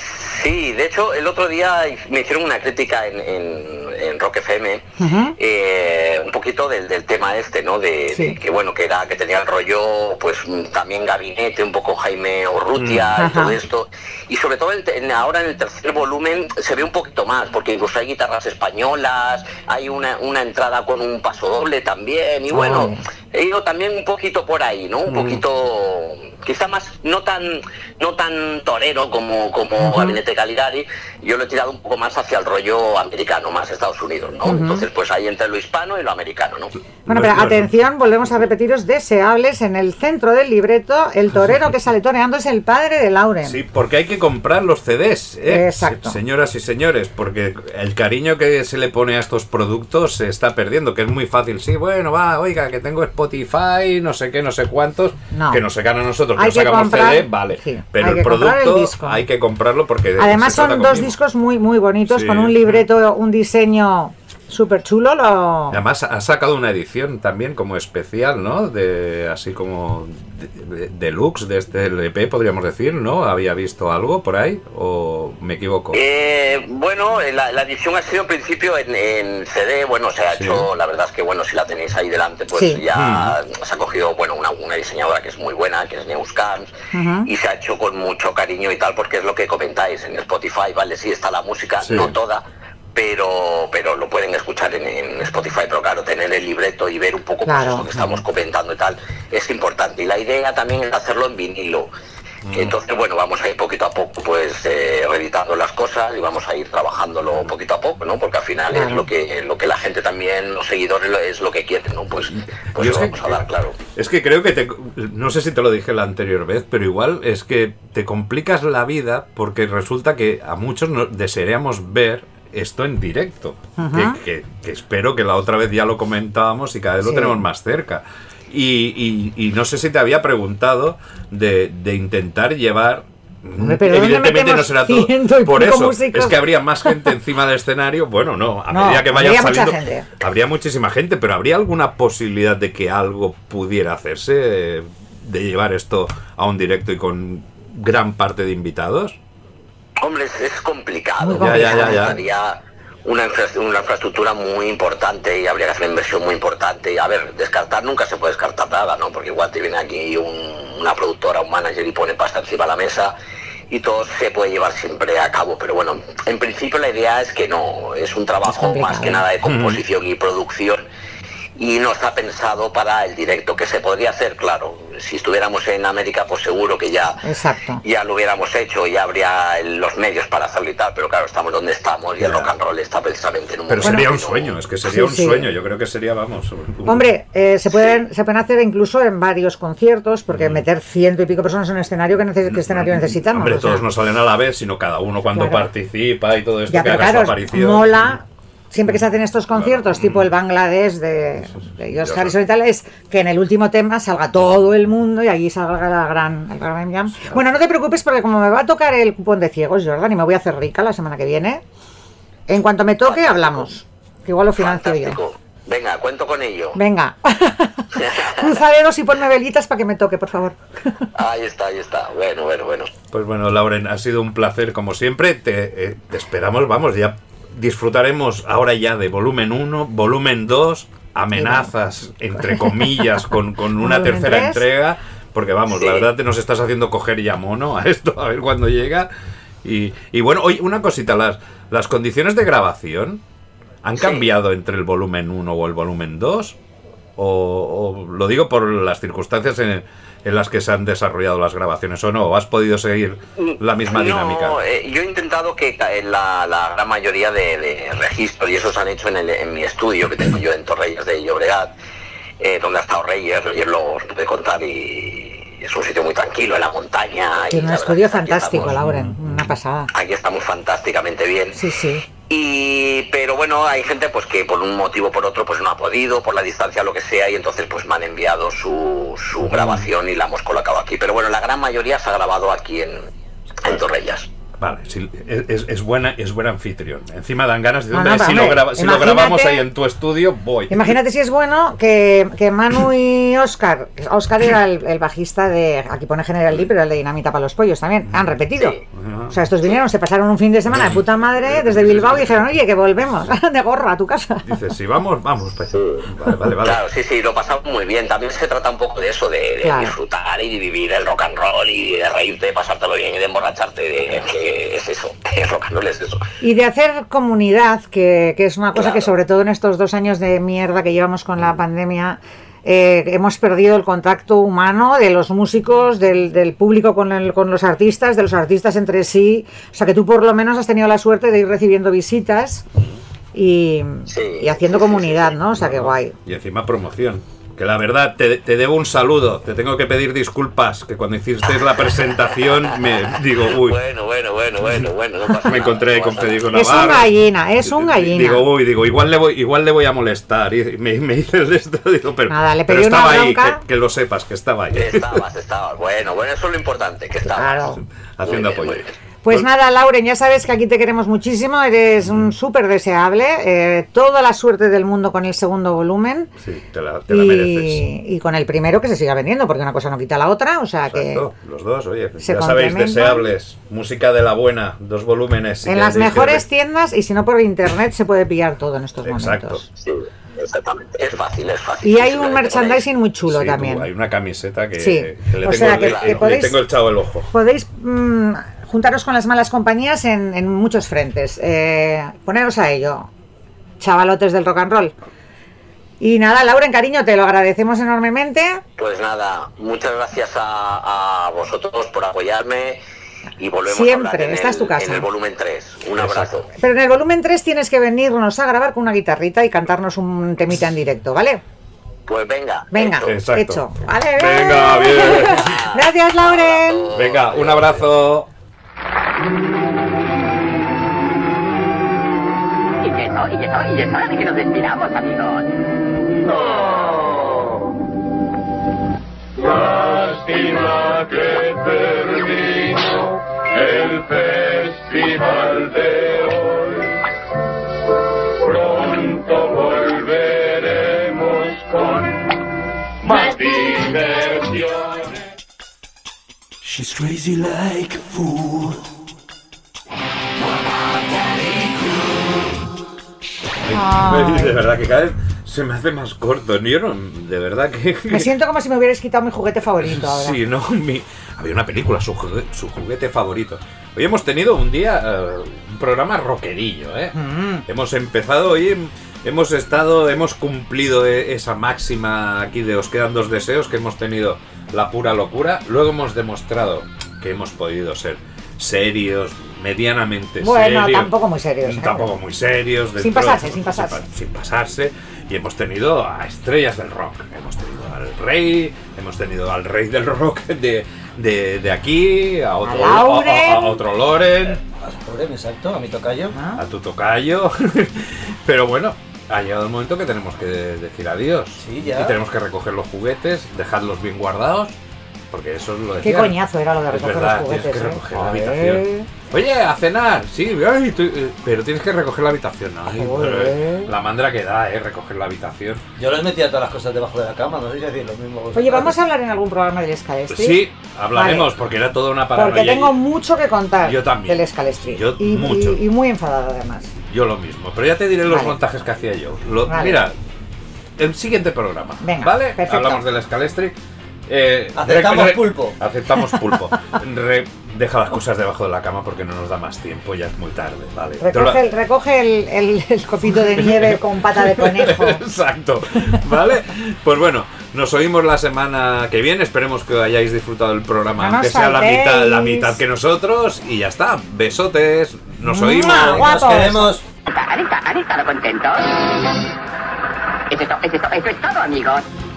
S7: Sí, de hecho el otro día me hicieron una crítica en, en, en Rock FM,
S3: Ujú.
S7: eh, un poquito del, del tema este, ¿no? De,
S3: Sí.
S7: de que bueno, que era, que tenía el rollo, pues mm, también gabinete, un poco Jaime Orrutia
S3: Mm.
S7: y todo
S3: Ajá.
S7: esto. Y sobre todo en- en- ahora en el tercer volumen se ve un poquito más, porque incluso hay guitarras españolas, hay una, una entrada con un paso doble también, y bueno, he ido también un poquito por ahí, ¿no? Un poquito quizá más no tan no tan torero como como Gabinete Caligari yo lo he tirado un poco más hacia el rollo americano más Estados Unidos no entonces pues ahí entre lo hispano y lo americano no
S3: Bueno, pero
S2: No, no, no.
S3: atención, volvemos a repetiros deseables en el centro del libreto, el torero que sale toreando es el padre de Lauren.
S2: Sí, porque hay que comprar los CDs, ¿eh?
S3: Exacto.
S2: Se- señoras y señores, porque el cariño que se le pone a estos productos se está perdiendo, que es muy fácil. Sí, bueno, va, oiga, que tengo Spotify, no sé qué, no sé cuántos,
S3: No.
S2: que nos sacan a nosotros, que
S3: Hay
S2: nos
S3: que
S2: sacamos
S3: comprar-
S2: CD, vale.
S3: sí,
S2: pero
S3: hay
S2: el
S3: que comprar el
S2: producto
S3: disco.
S2: hay que comprarlo porque...
S3: Además
S2: se trata
S3: son
S2: con
S3: dos
S2: mimo.
S3: discos muy muy bonitos
S2: Sí.
S3: con un libreto, un diseño Súper chulo lo.
S2: Además, ha sacado una edición también como especial, ¿no? De, así como de- de- deluxe de este LP, podríamos decir, ¿no? ¿Había visto algo por ahí? ¿O me equivoco?
S7: Eh, bueno, eh, la, la edición ha sido en principio en, en CD, bueno, se ha
S2: Sí.
S7: hecho, la verdad es que bueno, si la tenéis ahí delante, pues
S3: Sí.
S7: ya se ha cogido, bueno, una, una diseñadora que es muy buena, que es Neuscans,
S3: Ujú.
S7: y se ha hecho con mucho cariño y tal, porque es lo que comentáis en Spotify, vale, sí está la música,
S2: Sí.
S7: no toda, pero pero lo pueden escuchar en, en Spotify, pero claro, tener el libreto y ver un poco pues,
S3: Claro.
S7: eso que estamos comentando y tal, es importante. Y la idea también es hacerlo en vinilo.
S2: Mm.
S7: Entonces, bueno, vamos a ir poquito a poco, pues, eh, reeditando las cosas y vamos a ir trabajándolo poquito a poco, ¿no? Porque al final es
S3: Claro.
S7: lo que lo que la gente también, los seguidores, lo- es lo que quieren, ¿no? Pues, pues
S2: Yo
S7: lo
S2: sé
S7: vamos a dar, claro.
S2: Es que creo que te... No sé si te lo dije la anterior vez, pero igual es que te complicas la vida porque resulta que a muchos nos desearíamos ver esto en directo.
S3: Ajá.
S2: que, que- que espero que la otra vez ya lo comentábamos y cada vez lo
S3: Sí.
S2: tenemos más cerca. Y, y- y no sé si te había preguntado de, de intentar llevar...
S3: Hombre, pero ¿dónde
S2: Evidentemente no
S3: metemos
S2: será todo.
S3: ciento y
S2: Por
S3: pico
S2: eso
S3: músicos?
S2: es que habría más gente encima del escenario. Bueno, no, a
S3: No,
S2: medida que vayan
S3: habría mucha
S2: saliendo.
S3: gente.
S2: Habría muchísima gente, pero ¿habría alguna posibilidad de que algo pudiera hacerse eh, de llevar esto a un directo y con gran parte de invitados?
S7: Hombre, es, es complicado.
S3: Muy Ya, ya,
S2: ya, ya.
S7: Habría Una, infra- una infraestructura muy importante y habría que hacer una inversión muy importante. Y, A ver, descartar nunca se puede descartar nada, ¿no? Porque igual te viene aquí un- una productora, un manager y pone pasta encima de la mesa y todo se puede llevar siempre a cabo. Pero bueno, en principio la idea es que no. Es un trabajo
S3: complicado.
S7: más que nada de composición y producción y no está pensado para el directo, que se podría hacer, claro. Si estuviéramos en América, pues seguro que ya
S3: Exacto.
S7: ya lo hubiéramos hecho, ya habría los medios para hacerlo y tal, pero claro, estamos donde estamos y el rock and roll está precisamente en un
S2: Pero
S7: momento
S2: sería
S7: que
S2: un
S7: no-
S2: sueño, es que
S3: Sí,
S2: sería un
S3: sí.
S2: sueño. Yo creo que sería, vamos. un-
S3: Hombre, eh, se, pueden, se pueden hacer incluso en varios conciertos, porque meter ciento y pico personas en un escenario que, neces- que este escenario necesitamos.
S2: Hombre,
S3: o sea.
S2: todos no salen a la vez, sino cada uno cuando
S3: Claro.
S2: participa y todo esto
S3: Ya,
S2: que
S3: pero
S2: haga su
S3: claro,
S2: aparición.
S3: mola. Siempre que se hacen estos conciertos, tipo el Bangladesh de, de George
S2: sé.
S3: Harrison y tal, es que en el último tema salga todo el mundo y allí salga la gran, el gran jam. Bueno, no te preocupes porque como me va a tocar el cupón de ciegos, Jordan, y me voy a hacer rica la semana que viene, en cuanto me toque hablamos. Que igual lo financio yo.
S7: Fantástico. Venga, cuento con ello.
S3: Venga. (laughs) Cruza dedos y ponme velitas para que me toque, por favor.
S7: (laughs) Ahí está, ahí está. Bueno, bueno, bueno.
S2: Pues bueno, Lauren, ha sido un placer como siempre. Te, eh, te esperamos, vamos, ya disfrutaremos ahora ya de volumen 1, volumen 2, amenazas, entre comillas, con, con una
S3: Volumen
S2: tercera
S3: tres.
S2: entrega. Porque vamos, la
S7: Sí.
S2: verdad te nos estás haciendo coger ya mono a esto, a ver cuándo llega. Y, y bueno, oye, una cosita, las, las condiciones de grabación han
S7: Sí.
S2: cambiado entre el volumen 1 o el volumen 2. O, o lo digo por las circunstancias en, en las que se han desarrollado las grabaciones o no, ¿O has podido seguir la misma
S7: No,
S2: dinámica.
S7: eh, yo he intentado que ca- eh, la, la gran mayoría de, de registros, y esos han hecho en, el- en mi estudio que tengo yo en Torreyes de Llobregat, eh, donde ha estado Reyes, Reyes lo os pude contar y es un sitio muy tranquilo, en la montaña. y
S3: Tiene un
S7: la verdad
S3: estudio
S7: es que aquí
S3: fantástico,
S7: estamos-
S3: Lauren. Una pasada.
S7: Aquí estamos fantásticamente bien.
S3: Sí, sí.
S7: Y, pero bueno, hay gente pues que por un motivo o por otro pues no ha podido, por la distancia lo que sea, y entonces pues me han enviado su,
S2: Mm.
S7: su grabación y la hemos colocado aquí. Pero bueno, la gran mayoría se ha grabado aquí en, en Torrellas.
S2: Vale, sí, es, es buena, es buen anfitrión. Encima dan ganas de
S3: No,
S2: hombre,
S3: Ah, no,
S2: si,
S3: hombre,
S2: lo graba- si lo
S3: imagínate-
S2: grabamos ahí en tu estudio, voy.
S3: Imagínate si es bueno que, que Manu y Oscar, Oscar era el, el bajista de, aquí pone General Lee, pero el de Dinamita para los Pollos también, han repetido.
S7: Mm, Sí.
S3: O sea, estos vinieron, se pasaron un fin de semana de puta madre desde Bilbao y dijeron, oye, que volvemos (laughs) de gorra a tu casa.
S2: Dices, si vamos, vamos. pues. Vale, vale, vale.
S7: Claro, sí, sí, lo pasamos muy bien. También se trata un poco de eso, de, de
S3: Claro.
S7: disfrutar y de vivir el rock and roll y de reírte, de pasártelo bien y de emborracharte, de, que es eso, (laughs) el rock and roll es eso.
S3: Y de hacer comunidad, que, que es una cosa que
S7: Claro. Mm.
S3: sobre todo en estos dos años de mierda que llevamos con la pandemia, eh, hemos perdido el contacto humano de los músicos, del, del público con, el- con los artistas, de los artistas entre sí. O sea que tú por lo menos has tenido la suerte de ir recibiendo visitas y,
S7: Sí,
S3: y haciendo
S7: sí, sí,
S3: comunidad,
S7: sí.
S3: ¿no? O sea que guay.
S2: Y encima promoción. Que la verdad, te, te debo un saludo. Te tengo que pedir disculpas, que cuando hiciste la presentación me digo, uy,
S7: Bueno, bueno, bueno, bueno, bueno. no pasa
S2: (laughs) me
S7: nada,
S2: encontré
S7: no
S2: con
S7: pasa nada.
S2: Federico
S3: Es un
S2: Navarro.
S3: gallina, es un gallina.
S2: Digo, uy, digo, igual le voy, igual le voy a molestar. Y me, me hice el esto, (laughs) digo, pero,
S3: Nada, le
S2: pero
S3: pedí una
S2: estaba ahí,
S3: bronca.
S2: que, que lo sepas, que estaba ahí.
S7: Estabas, estabas. Bueno, bueno, eso es lo importante, que estabas.
S3: Claro.
S2: Haciendo
S7: Muy bien,
S2: apoyo.
S7: muy bien.
S3: Pues
S2: Pues-
S3: nada, Lauren, ya sabes que aquí te queremos muchísimo, eres
S7: Mm.
S3: un súper deseable, eh, toda la suerte del mundo con el segundo volumen
S2: Sí, te la, te la mereces.
S3: y, y con el primero que se siga vendiendo, porque una cosa no quita la otra, o sea
S2: Exacto, los dos, oye,
S3: se
S2: ya sabéis,
S3: complementan.
S2: deseables, música de la buena, dos volúmenes. si
S3: que en
S2: queréis
S3: las
S2: que-
S3: mejores tiendas y si no por internet se puede pillar todo en estos
S2: Exacto.
S3: momentos.
S7: Sí, exactamente. Es fácil, es fácil.
S3: Y hay un
S7: Simplemente ponéis-
S3: merchandising muy chulo
S2: Sí, tú,
S3: también.
S2: hay una camiseta que,
S3: Sí,
S2: que le,
S3: o
S2: tengo,
S3: sea, que-
S2: le-
S3: que
S2: le
S3: podéis-
S2: tengo echado el ojo.
S3: Podéis mm, juntaros con las malas compañías en, en muchos frentes. Eh, poneros a ello, chavalotes del rock and roll. Y nada, Lauren, cariño, te lo agradecemos enormemente.
S7: Pues nada, muchas gracias a, a vosotros por apoyarme y volvemos
S3: Siempre,
S7: a hablar en
S3: esta
S7: el,
S3: es tu casa.
S7: en el volumen 3. Un abrazo.
S3: Pero en el volumen 3 tienes que venirnos a grabar con una guitarrita y cantarnos un temita en directo, ¿vale?
S7: Pues venga.
S3: Venga,
S7: hecho.
S2: Exacto.
S3: hecho. Vale,
S2: Venga, bien.
S3: (laughs) Gracias, Lauren.
S2: Venga, un abrazo.
S8: Y eso, y eso, y es hora de que nos despidamos, amigos.
S6: Lástima que terminó el festival de hoy. Pronto volveremos con más diversiones.
S1: She's crazy like a fool.
S3: Ay.
S2: (laughs) De verdad que cada vez se me hace más corto. Yo no, de verdad que.
S3: Me
S2: (laughs)
S3: siento como si me hubierais quitado mi juguete favorito ahora.
S2: Sí, no, mi- había una película, su, jugue- su juguete favorito. Hoy hemos tenido un día, eh, un programa rockerillo, ¿eh?
S3: Mm.
S2: Hemos empezado hoy, hem- hemos estado, hemos cumplido e- esa máxima aquí de os quedan dos deseos, que hemos tenido la pura locura, luego hemos demostrado que hemos podido ser serios, medianamente
S3: Bueno,
S2: serios.
S3: tampoco muy serios, ¿eh?
S2: Tampoco muy serios.
S3: Sin
S2: dentro-
S3: pasarse, sin pasarse.
S2: pa- sin pasarse. Y hemos tenido a estrellas del rock. Hemos tenido al rey, hemos tenido al rey del rock de, de, de aquí, a otro,
S3: A Lauren.
S2: a- a otro Loren,
S5: Pobre, me salto, a mi tocayo.
S3: Ah,
S2: a tu tocayo. (laughs) Pero bueno, ha llegado el momento que tenemos que decir adiós.
S5: Sí, ya.
S2: Y tenemos que recoger los juguetes, dejarlos bien guardados, porque eso es lo de
S3: Qué coñazo era lo de
S2: es
S3: recoger
S2: verdad,
S3: los juguetes.
S2: tienes que
S3: ¿eh?
S2: recoger la
S3: Joder.
S2: habitación. Oye, a cenar, sí, ay, tú- eh, pero tienes que recoger la habitación. Ay,
S3: Joder.
S2: pero, eh, la mandra que da, eh, recoger la habitación.
S5: Yo les metía todas las cosas debajo de la cama, no sé si decir lo mismo. vosotros.
S3: Oye, vamos a hablar en algún programa del Scalestri.
S2: Sí, hablaremos, porque era toda una paranoia.
S3: ¿Este? Porque tengo
S2: y-
S3: mucho que contar
S2: Yo también.
S3: del Scalestri.
S2: Yo
S3: y,
S2: mucho.
S3: y- y muy enfadado además.
S2: Yo lo mismo, pero ya te diré los
S3: Vale.
S2: montajes que hacía yo. Lo-
S3: Vale.
S2: Mira, el siguiente programa,
S3: Venga,
S2: ¿vale?
S3: perfecto.
S2: Hablamos del escalestri. Eh,
S5: Aceptamos
S2: re- re-
S5: pulpo.
S2: Aceptamos
S3: (laughs)
S2: pulpo. Re- deja las cosas debajo de la cama porque no nos da más tiempo, ya es muy tarde, ¿vale? Te lo- (laughs)
S3: Recoge, el, recoge el, el- el copito de nieve con pata de conejo.
S2: Exacto, ¿vale? Pues bueno, nos oímos la semana que viene. Esperemos que hayáis disfrutado del programa,
S3: No nos
S2: aunque sea la
S3: faltéis.
S2: mitad, la mitad que nosotros. Y ya está, besotes, nos
S3: ¡Mua!
S2: oímos.
S5: Nos
S3: guapos.
S5: queremos.
S8: ¿Han, esta- han estado contentos? ¿Es esto, es esto, eso es todo, amigos.